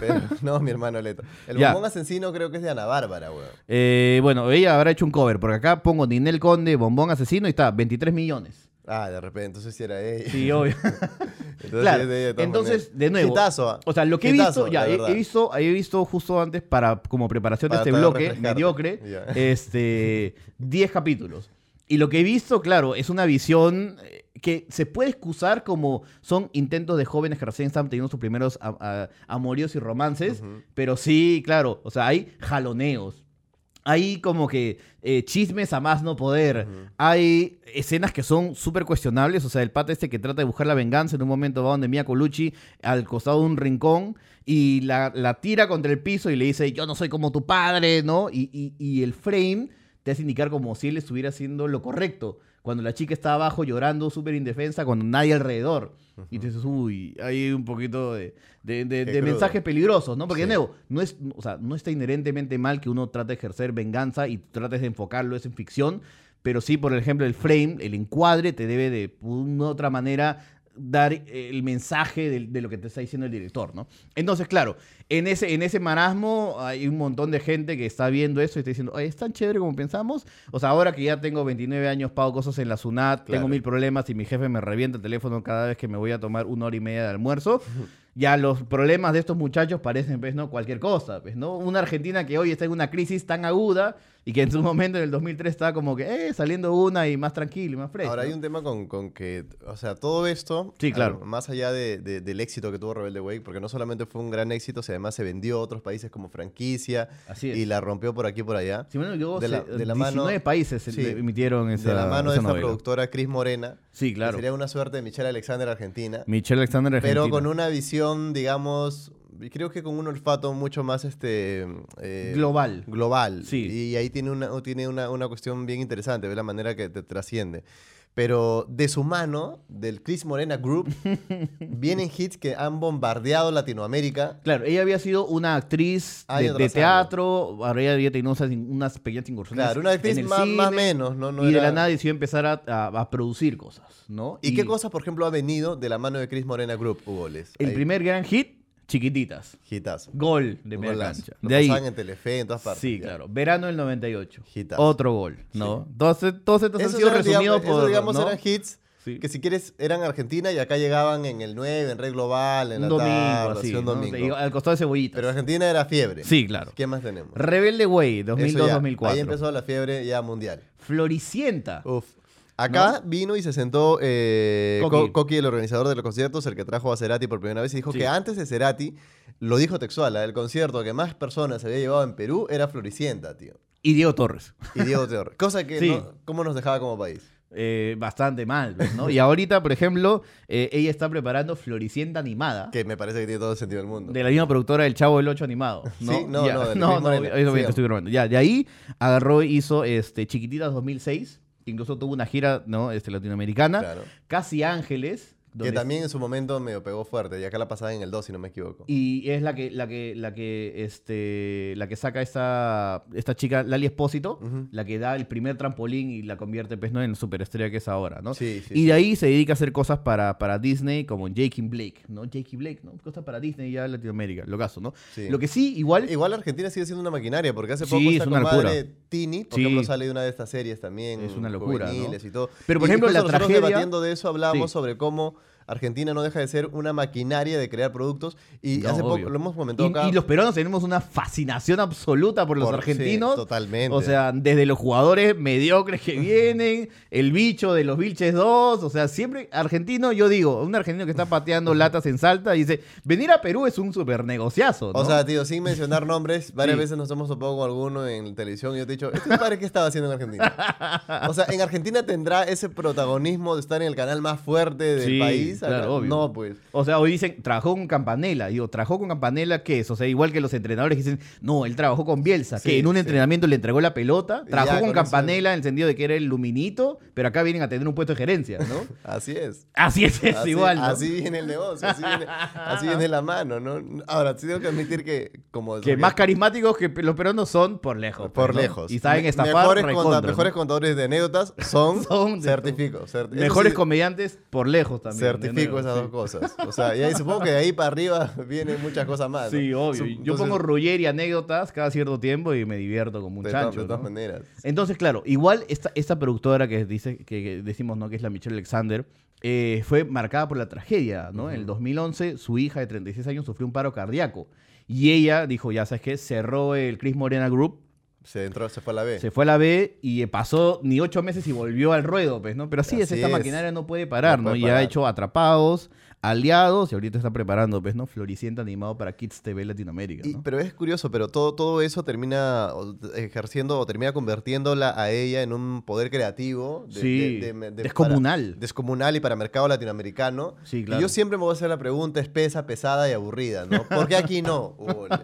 Pero, no, mi hermano Leto. El
Ya.
bombón asesino creo que es de Ana Bárbara, weón.
Eh, bueno, ella habrá hecho un cover, porque acá pongo Ninel Conde, Bombón Asesino y está, 23 millones.
Ah, de repente, entonces sí era ella.
Sí, obvio.
Entonces,
claro.
es de ella de todas
Entonces,
maneras.
de nuevo.
Hitazo, ah.
O sea, lo que he
Hitazo,
visto, ya,
la
he,
verdad.
he visto, he visto justo antes para como preparación de
Para
este
tratar de
bloque
refrescarte.
mediocre,
Ya.
este, 10 capítulos. Y lo que he visto, claro, es una visión eh, que se puede excusar como son intentos de jóvenes que recién están teniendo sus primeros a- a- amoríos y romances, pero sí, claro, o sea, hay jaloneos, hay como que eh, chismes a más no poder. Hay escenas que son súper cuestionables. O sea, el pata este que trata de buscar la venganza en un momento va donde Mia Colucci al costado de un rincón y la, la tira contra el piso y le dice, yo no soy como tu padre, ¿no? Y, y- y el frame te hace indicar como si él estuviera haciendo lo correcto. Cuando la chica está abajo llorando, súper indefensa, con nadie alrededor. Y te dices, uy, hay un poquito de, de- de-
Qué
de
crudo.
mensajes peligrosos, ¿no? Porque,
Sí.
de nuevo, no es, o sea, no está inherentemente mal que uno trate de ejercer venganza y trates de enfocarlo es en ficción, pero sí, por ejemplo, el frame, el encuadre te debe de una u otra manera dar eh, el mensaje de, de lo que te está diciendo el director, ¿no? Entonces, claro, en ese, en ese marasmo hay un montón de gente que está viendo eso y está diciendo, "Ay, es tan chévere como pensamos. O sea, ahora que ya tengo 29 años, pago cosas en la SUNAT,
Claro.
tengo mil problemas y mi jefe me revienta el teléfono cada vez que me voy a tomar una hora y media de almuerzo, ya los problemas de estos muchachos parecen, pues, ¿no? Cualquier cosa, pues, ¿no? Una Argentina que hoy está en una crisis tan aguda y que en su momento, en el 2003, estaba como que, eh, saliendo una y más tranquilo y más fresco.
Ahora hay un tema con, con que, o sea, todo esto,
Sí, claro.
al- más allá de- de- del éxito que tuvo Rebelde Way, porque no solamente fue un gran éxito, sino además se vendió a otros países como franquicia
Así es.
y la rompió por aquí y por allá.
Si mal no me equivoco,
de la-
se-
de la
19
mano-
países se-
sí,
le- emitieron esa
de la mano de
esa
esta
novela.
productora Cris Morena,
Sí,
que
claro.
sería una suerte de Michelle Alexander Argentina,
Michelle Alexander Argentina.
pero con una visión, digamos, y creo que con un olfato mucho más este eh,
Global.
global.
Sí.
Y ahí tiene una, tiene una, una cuestión bien interesante, ve la manera que te trasciende. Pero de su mano, del Chris Morena Group, vienen hits que han bombardeado Latinoamérica.
Claro, ella había sido una actriz
Año
de, de
tras año.
teatro, ahora ella había tenido esas in- unas pequeñas incursiones.
Claro, una actriz
en el
más, más
cine,
menos, ¿no? No
y de
era-
la nada decidió empezar a, a- a producir cosas, ¿no?
¿Y, qué cosa, por ejemplo, ha venido de la mano de Chris Morena Group, Ugoles?
El
Ahí,
primer gran hit, Chiquititas.
Hitazo.
Gol de media
Golazo.
cancha.
Lo
De ahí.
pasaban en Telefe, en todas partes.
Sí,
ya.
claro. Verano del 98.
Hitazo.
Otro gol, ¿no? Entonces, todos estos han
Esos
sido
eran, digamos,
resumidos
esos,
por.
digamos,
¿no?
eran hits
Sí.
que si quieres eran Argentina y acá llegaban en el 9, en Red Global, en
un
la
domingo,
tarde,
así.
sí, un
¿no?
domingo.
Y Al costado de cebollitas.
Pero Argentina era fiebre.
Sí, claro.
¿Qué más tenemos?
Rebelde Way,
Eso ya,
2002-2004.
Ahí empezó la fiebre ya mundial.
Floricienta.
Uf. Acá vino y se sentó eh, Co-
Coqui.
Coqui. el organizador de los conciertos, el que trajo a Cerati por primera vez, y dijo
Sí.
que antes de Cerati, lo dijo textual, "Ah, el concierto que más personas se había llevado en Perú era Floricienta, tío.
Y Diego Torres.
Y Diego Teor. Cosa que,
Sí.
no- ¿cómo nos dejaba como país?
Eh, bastante mal, pues, ¿no? Y ahorita, por ejemplo, eh, ella está preparando Floricienta Animada.
Que me parece que tiene todo el sentido del mundo.
De la misma productora del Chavo del 8 animado. ¿no?
Sí, no,
Ya,
no, de la
no,
misma
no,
arena.
eso bien, te
Sigamos.
estoy bromeando. Ya, de ahí agarró y hizo este, Chiquititas 2006, que incluso tuvo una gira ¿no? este, latinoamericana.
Claro.
Casi Ángeles.
Que
donde-
también en su momento medio pegó fuerte. Y acá la pasaba en el 2, si no me equivoco.
Y es la que, la que, la que, este, la que saca esta, esta chica, Lali Espósito,
Ujú.
la que da el primer trampolín y la convierte pues, ¿no? en superestrella que es ahora, ¿no?
Sí, sí,
y
sí.
de ahí se dedica a hacer cosas para, para Disney, como Jake and Blake, ¿no? Jake y Blake, ¿no? Cosas para Disney ya en Latinoamérica, lo caso, ¿no?
Sí.
Lo que sí, igual,
Igual Argentina sigue siendo una maquinaria, porque hace
Sí,
poco
es
esta
una
comadre
locura.
Tini, por
Sí.
ejemplo, sale de una de estas series también.
Es una locura,
juveniles
¿no?
y todo.
Pero, por
Y
ejemplo,
justo
la
nosotros
tragedia-
debatiendo de eso hablábamos
Sí.
sobre cómo Argentina no deja de ser una maquinaria de crear productos y
No,
hace
obvio.
poco lo hemos comentado
Y-
acá.
y, los peruanos tenemos una fascinación absoluta por los
Por- sí,
argentinos.
totalmente.
O sea, desde los jugadores mediocres que vienen, el bicho de los Vilches 2, o sea, siempre argentino, yo digo, un argentino que está pateando latas en Salta dice, venir a Perú es un super negociazo, ¿no?
O sea, tío, sin mencionar nombres, varias
Sí.
veces nos hemos topado con alguno en televisión y yo te he dicho, ¿este padre qué estaba haciendo en Argentina? O sea, ¿en Argentina tendrá ese protagonismo de estar en el canal más fuerte del
Sí,
país? Acá-
claro, obvio.
No, pues.
O sea, hoy dicen, trabajó con Campanella. Digo, ¿trabajó con Campanella qué es? O sea, igual que los entrenadores que dicen, no, él trabajó con Bielsa,
Sí,
que en un
sí.
entrenamiento le entregó la pelota.
Ya,
Trabajó con
con eso-
Campanella en el sentido de que era el luminito, pero acá vienen a tener un puesto de gerencia, ¿no?
Así es.
Así es, es
así,
igual. ¿no?
Así viene el negocio, así viene, así viene la mano, ¿no? Ahora, sí tengo que admitir que, como.
que más carismáticos que los peruanos son por lejos. pues,
Por
¿no?
lejos.
Y saben
Me-
estafar
Mejores,
recontra,
conta-
¿no?
mejores contadores de anécdotas son,
Son de-
certificos. cer- eso
Mejores
sí,
comediantes por lejos también. de nuevo,
Certifico esas
sí.
dos cosas. O sea, y ahí supongo que de ahí para arriba vienen muchas cosas más. ¿no?
Sí, obvio.
Su-
Yo
entonces,
pongo Ruggeri anécdotas cada cierto tiempo y me divierto como un
de, to-
chancho.
de todas
¿no?
maneras.
Entonces, claro, igual esta, esta productora que dice que, que decimos no que es la Michelle Alexander eh, fue marcada por la tragedia, ¿no? En el 2011 su hija de 36 años sufrió un paro cardíaco y ella dijo, ya sabes qué, cerró el Chris Morena Group,
Se entró, se fue a la B.
se fue a la B y eh, pasó ni ocho meses y volvió al ruedo, pues, ¿no? Pero así es,
Así
esta
es.
maquinaria no puede parar,
No
¿no?
puede
y ha
parar.
hecho atrapados, aliados y ahorita está preparando, pues, ¿no? Floricienta animado para Kids TV Latinoamérica,
Y-
¿no?
pero es curioso, pero todo, todo eso termina o- ejerciendo o termina convirtiéndola a ella en un poder creativo. de-
Sí,
de- de- de- de-
descomunal.
para- descomunal y para mercado latinoamericano.
Sí,
Y
claro.
yo siempre me voy a hacer la pregunta espesa, pesada y aburrida, ¿no? ¿Por qué aquí no? Ules?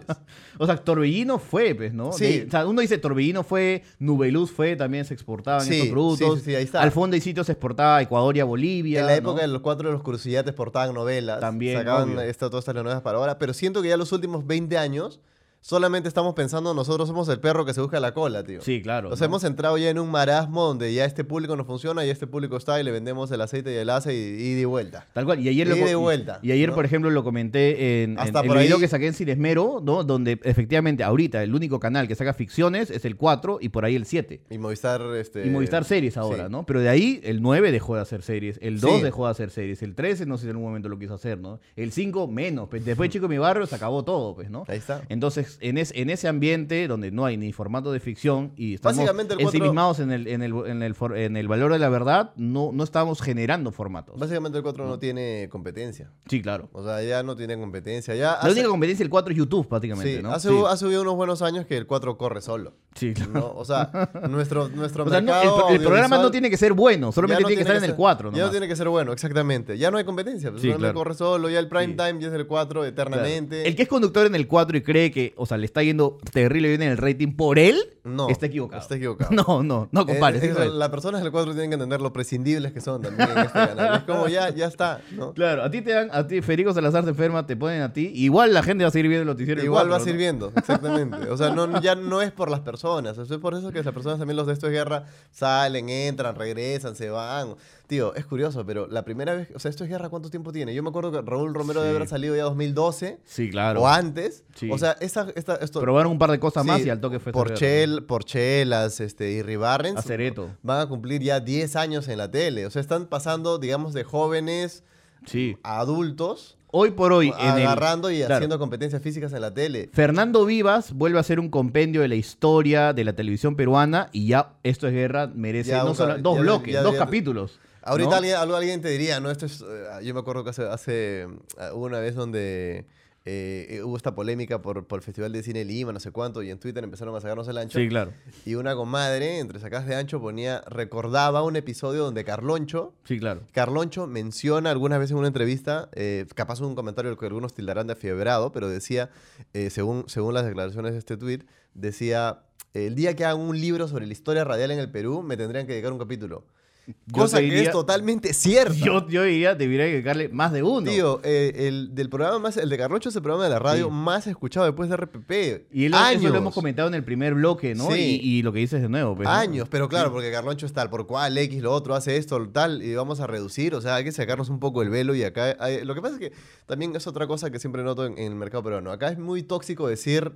O sea, Torbellino fue, pues, ¿no?
Sí.
De- o sea, uno dice Torbellino fue, Nubeluz fue, también se exportaban
Sí,
estos productos.
sí, sí, sí, ahí está.
Al fondo y sitio se exportaba a Ecuador y a Bolivia.
en la
¿no?
época de los cuatro de los cursillates portaban novelas.
También,
Sacaban
obvio.
esta, todas estas novelas para ahora. Pero siento que ya los últimos 20 años solamente estamos pensando nosotros somos el perro que se busca la cola, tío.
Sí, claro.
O sea,
¿no?
hemos entrado ya en un marasmo donde ya este público no funciona, ya este público está y le vendemos el aceite y el asa y, y de vuelta.
Tal cual. Y ayer,
Y
co-
de vuelta,
y ayer,
¿no?
por ejemplo, lo comenté en, en
Hasta
el
por
video
ahí-
que saqué en Cinesmero, ¿no? Donde efectivamente ahorita el único canal que saca ficciones es el 4 y por ahí el 7.
Y Movistar, este...
Y Movistar series ahora,
sí.
¿no? Pero de ahí el 9 dejó de hacer series, el 2
Sí.
dejó de hacer series, el 13 no sé si en algún momento lo quiso hacer, ¿no? El 5 menos, pues, después Chico Mi Barrio se acabó todo, pues, ¿no?
Ahí está.
Entonces, en, es- en ese ambiente donde no hay ni formato de ficción y estamos
Básicamente el cuatro-
ensimismados en el, en, el, en, el for- en el valor de la verdad, no, no estamos generando formatos.
Básicamente el 4
Mm.
no tiene competencia.
Sí, claro.
O sea, ya no tiene competencia.
La
Ya hace-
única competencia del 4 es YouTube, prácticamente,
sí,
¿no?
hace,
sí.
hace ya unos buenos años que el 4 corre solo.
Sí, claro.
¿no? O sea, nuestro, nuestro
O sea, no, el,
mercado
pro- el programa no
audiovisual
tiene que ser bueno,
ya
solamente
no
tiene que estar en
ser-
el 4, ¿no?
Ya no tiene que ser bueno, exactamente. Ya no hay competencia. pues,
Sí,
solamente
claro.
corre solo, ya el prime
Sí.
time ya es el 4
Claro.
eternamente.
El que es conductor en el 4 y cree que, o sea, le está yendo terrible bien en el rating por él,
No,
está equivocado.
está equivocado.
No, no, no compares.
Eh, eh,
eso es.
las personas del 4 tienen que entender lo prescindibles que son también en este canal. Es como ya, ya está, ¿no?
Claro, a ti te dan, a ti Federico Salazar se enferma, te ponen a ti, igual la gente va a seguir viendo el noticiero. del
Igual va
cuatro, ¿no?
sirviendo, exactamente. O sea, no, ya no es por las personas. Eso es por eso que las personas también los de esto es guerra salen, entran, regresan, se van. Tío, es curioso, pero la primera vez, o sea, esto es guerra, ¿cuánto tiempo tiene? Yo me acuerdo que Raúl Romero
Sí.
debe haber salido ya 2012
Sí, claro.
o antes.
Sí.
O sea, esta, esta, esto,
Probaron un par de cosas más
Sí,
y al toque fue cerrado.
Porchel, Porchelas, este, y Ribarrens
Acereto.
van a cumplir ya 10 años en la tele. O sea, están pasando, digamos, de jóvenes
Sí.
a adultos,
Hoy por hoy. en el-
agarrando y
claro.
haciendo competencias físicas en la tele.
Fernando Vivas vuelve a hacer un compendio de la historia de la televisión peruana y ya Esto es Guerra merece
Ya,
no
un
solo-
ca-
dos
ya-
bloques,
ya-
dos
ya-
capítulos.
Ahorita
¿no?
alguien, algo- alguien te diría, ¿no? Esto es. eh, yo me acuerdo que hace, hace, eh, hubo una vez donde. eh, hubo esta polémica por, por el Festival de Cine Lima, no sé cuánto, y en Twitter empezaron a sacarnos el ancho.
Sí, claro.
Y una comadre, entre sacadas de ancho, ponía, recordaba un episodio donde Carloncho,
Sí, claro.
Carloncho menciona algunas veces en una entrevista, eh, capaz un comentario que algunos tildarán de afiebrado, pero decía, eh, según, según las declaraciones de este tuit, decía, el día que hagan un libro sobre la historia radial en el Perú, me tendrían que dedicar un capítulo.
Yo
Cosa
te
que
diría-
es totalmente cierta.
Yo, yo diría, debería dedicarle más de uno.
Tío, eh, el del programa más, el de Carloncho es el programa de la radio
Sí.
más escuchado después de RPP.
Y lo-
años.
eso lo hemos comentado en el primer bloque, ¿no?
Sí.
Y, y lo que dices de nuevo. pues, ¿no?
Años, pero claro, porque Carloncho es tal, por cual, X, lo otro, hace esto, tal, y vamos a reducir, o sea, hay que sacarnos un poco el velo y acá... hay- lo que pasa es que también es otra cosa que siempre noto en, en el mercado peruano. Acá es muy tóxico decir,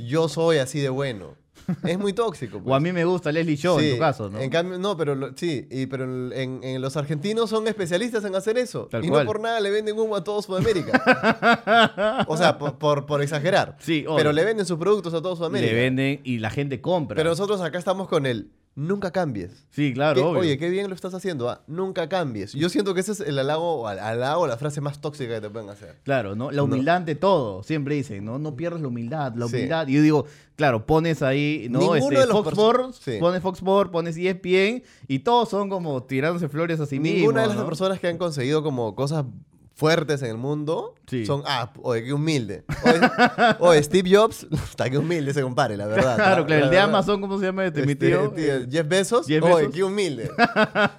yo soy así de bueno. Es muy tóxico.
O
pues.
a mí me gusta Leslie Show,
Sí,
en tu caso, ¿no?
En cambio, no, pero lo- sí, y, pero en, en- en los argentinos son especialistas en hacer eso.
Tal
y
cual.
no por nada le venden humo a todo Sudamérica. o sea, por, por, por exagerar.
Sí, obvio.
pero le venden sus productos a todo Sudamérica.
Le venden y la gente compra.
Pero nosotros acá estamos con el nunca cambies.
sí, claro,
Que,
obvio.
Oye, qué bien lo estás haciendo, ah, nunca cambies. Yo siento que ese es el halago, o al- halago, la frase más tóxica que te pueden hacer.
Claro, ¿no? La
No.
humildad ante todo. Siempre dicen, ¿no? No pierdas la humildad, la
Sí.
humildad. Y yo digo, claro, pones ahí, ¿no? Este,
Ninguno de los
Fox
perso-
Sports,
sí.
pones Fox Sports, pones E ESPN y todos son como tirándose flores a sí mismos.
Ninguna de las
¿no?
personas que han conseguido como cosas fuertes en el mundo
Sí.
son, ah, oye, qué humilde. Oye, oye, Steve Jobs, está qué humilde se compare, la verdad.
Claro,
la-
claro.
la
El de
verdad.
Amazon, ¿cómo se llama este, mi
Este,
tío?
tío, Jeff Bezos,
Jeff
oye,
Bezos.
qué humilde.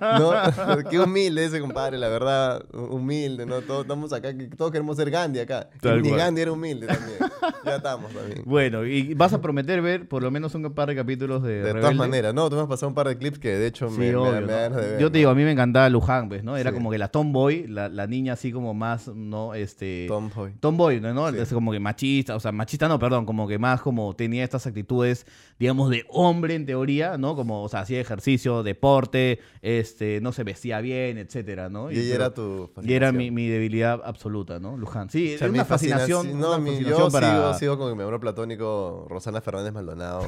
¿No? qué humilde ese compadre, la verdad, humilde, ¿no? Todos estamos acá, que todos queremos ser Gandhi acá.
Tal
y
cual.
Gandhi era humilde también. ya estamos también.
Bueno, y vas a prometer ver por lo menos un par de capítulos de
De todas
Rebelde.
maneras, no, tú me has pasado un par de clips que de hecho me,
Sí,
me-
obvio,
me
¿no?
dan ganas de ver,
Yo te
¿no?
digo, a mí me encantaba Luján, pues, ¿no? Era
Sí.
como que la tomboy, la, la niña así como más, ¿no? Este...
Tomboy.
Tomboy, ¿no? ¿no?
Sí.
Es como que machista, o sea, machista no, perdón, como que más como tenía estas actitudes, digamos, de hombre en teoría, ¿no? Como, o sea, hacía ejercicio, deporte, este, no se vestía bien, etcétera, ¿no?
Y ella era
pero-
tu
Y era
fascinación.
mi, mi debilidad absoluta, ¿no? Luján. Sí,
O sea,
era
mi
una fascinación,
fascinaci- No,
una
mi-
fascinación
yo
para...
sigo, sigo con mi amor platónico, Rosana Fernández Maldonado.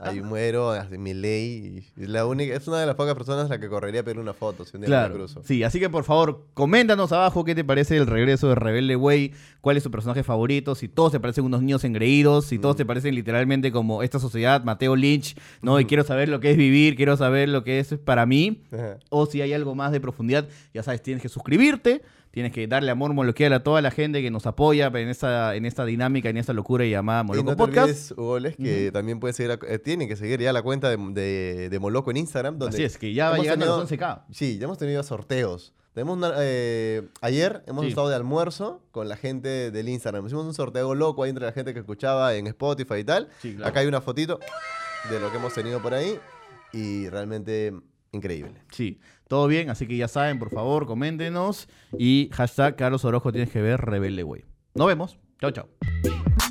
Ahí muero, así, mi ley. y- y la única, es una de las pocas personas a la que correría a pedir una foto si un día me la
Claro.
cruzo.
Sí, así que por favor, coméntanos abajo qué te parece el regreso de Rebelde Way, cuál es tu personaje favorito, si todos te parecen unos niños engreídos, si
Mm.
todos te parecen literalmente como esta sociedad, Mateo Lynch, ¿no? Y quiero saber lo que es vivir, quiero saber lo que es para mí,
Ajá.
o si hay algo más de profundidad, ya sabes, tienes que suscribirte, tienes que darle amor moloquial a toda la gente que nos apoya en esta, en esta dinámica, en esta locura llamada
Y
Moloco
no te
Podcast.
olvides, Hugo Les, que también puedes seguir, a- eh, tienen que seguir ya la cuenta de, de- de Moloco en Instagram. Donde
Así es, que ya va
hemos
llegando a los
tenido-
11K.
Sí, ya hemos tenido sorteos. Tenemos una- eh, ayer hemos
Sí.
estado de almuerzo con la gente del Instagram. Hicimos un sorteo loco ahí entre la gente que escuchaba en Spotify y tal.
Sí, claro.
Acá hay una fotito de lo que hemos tenido por ahí y realmente increíble.
Sí, todo bien, así que ya saben, por favor, coméntenos y hashtag Carlos Orozco tienes que ver Rebelde Güey. Nos vemos. Chao, chao.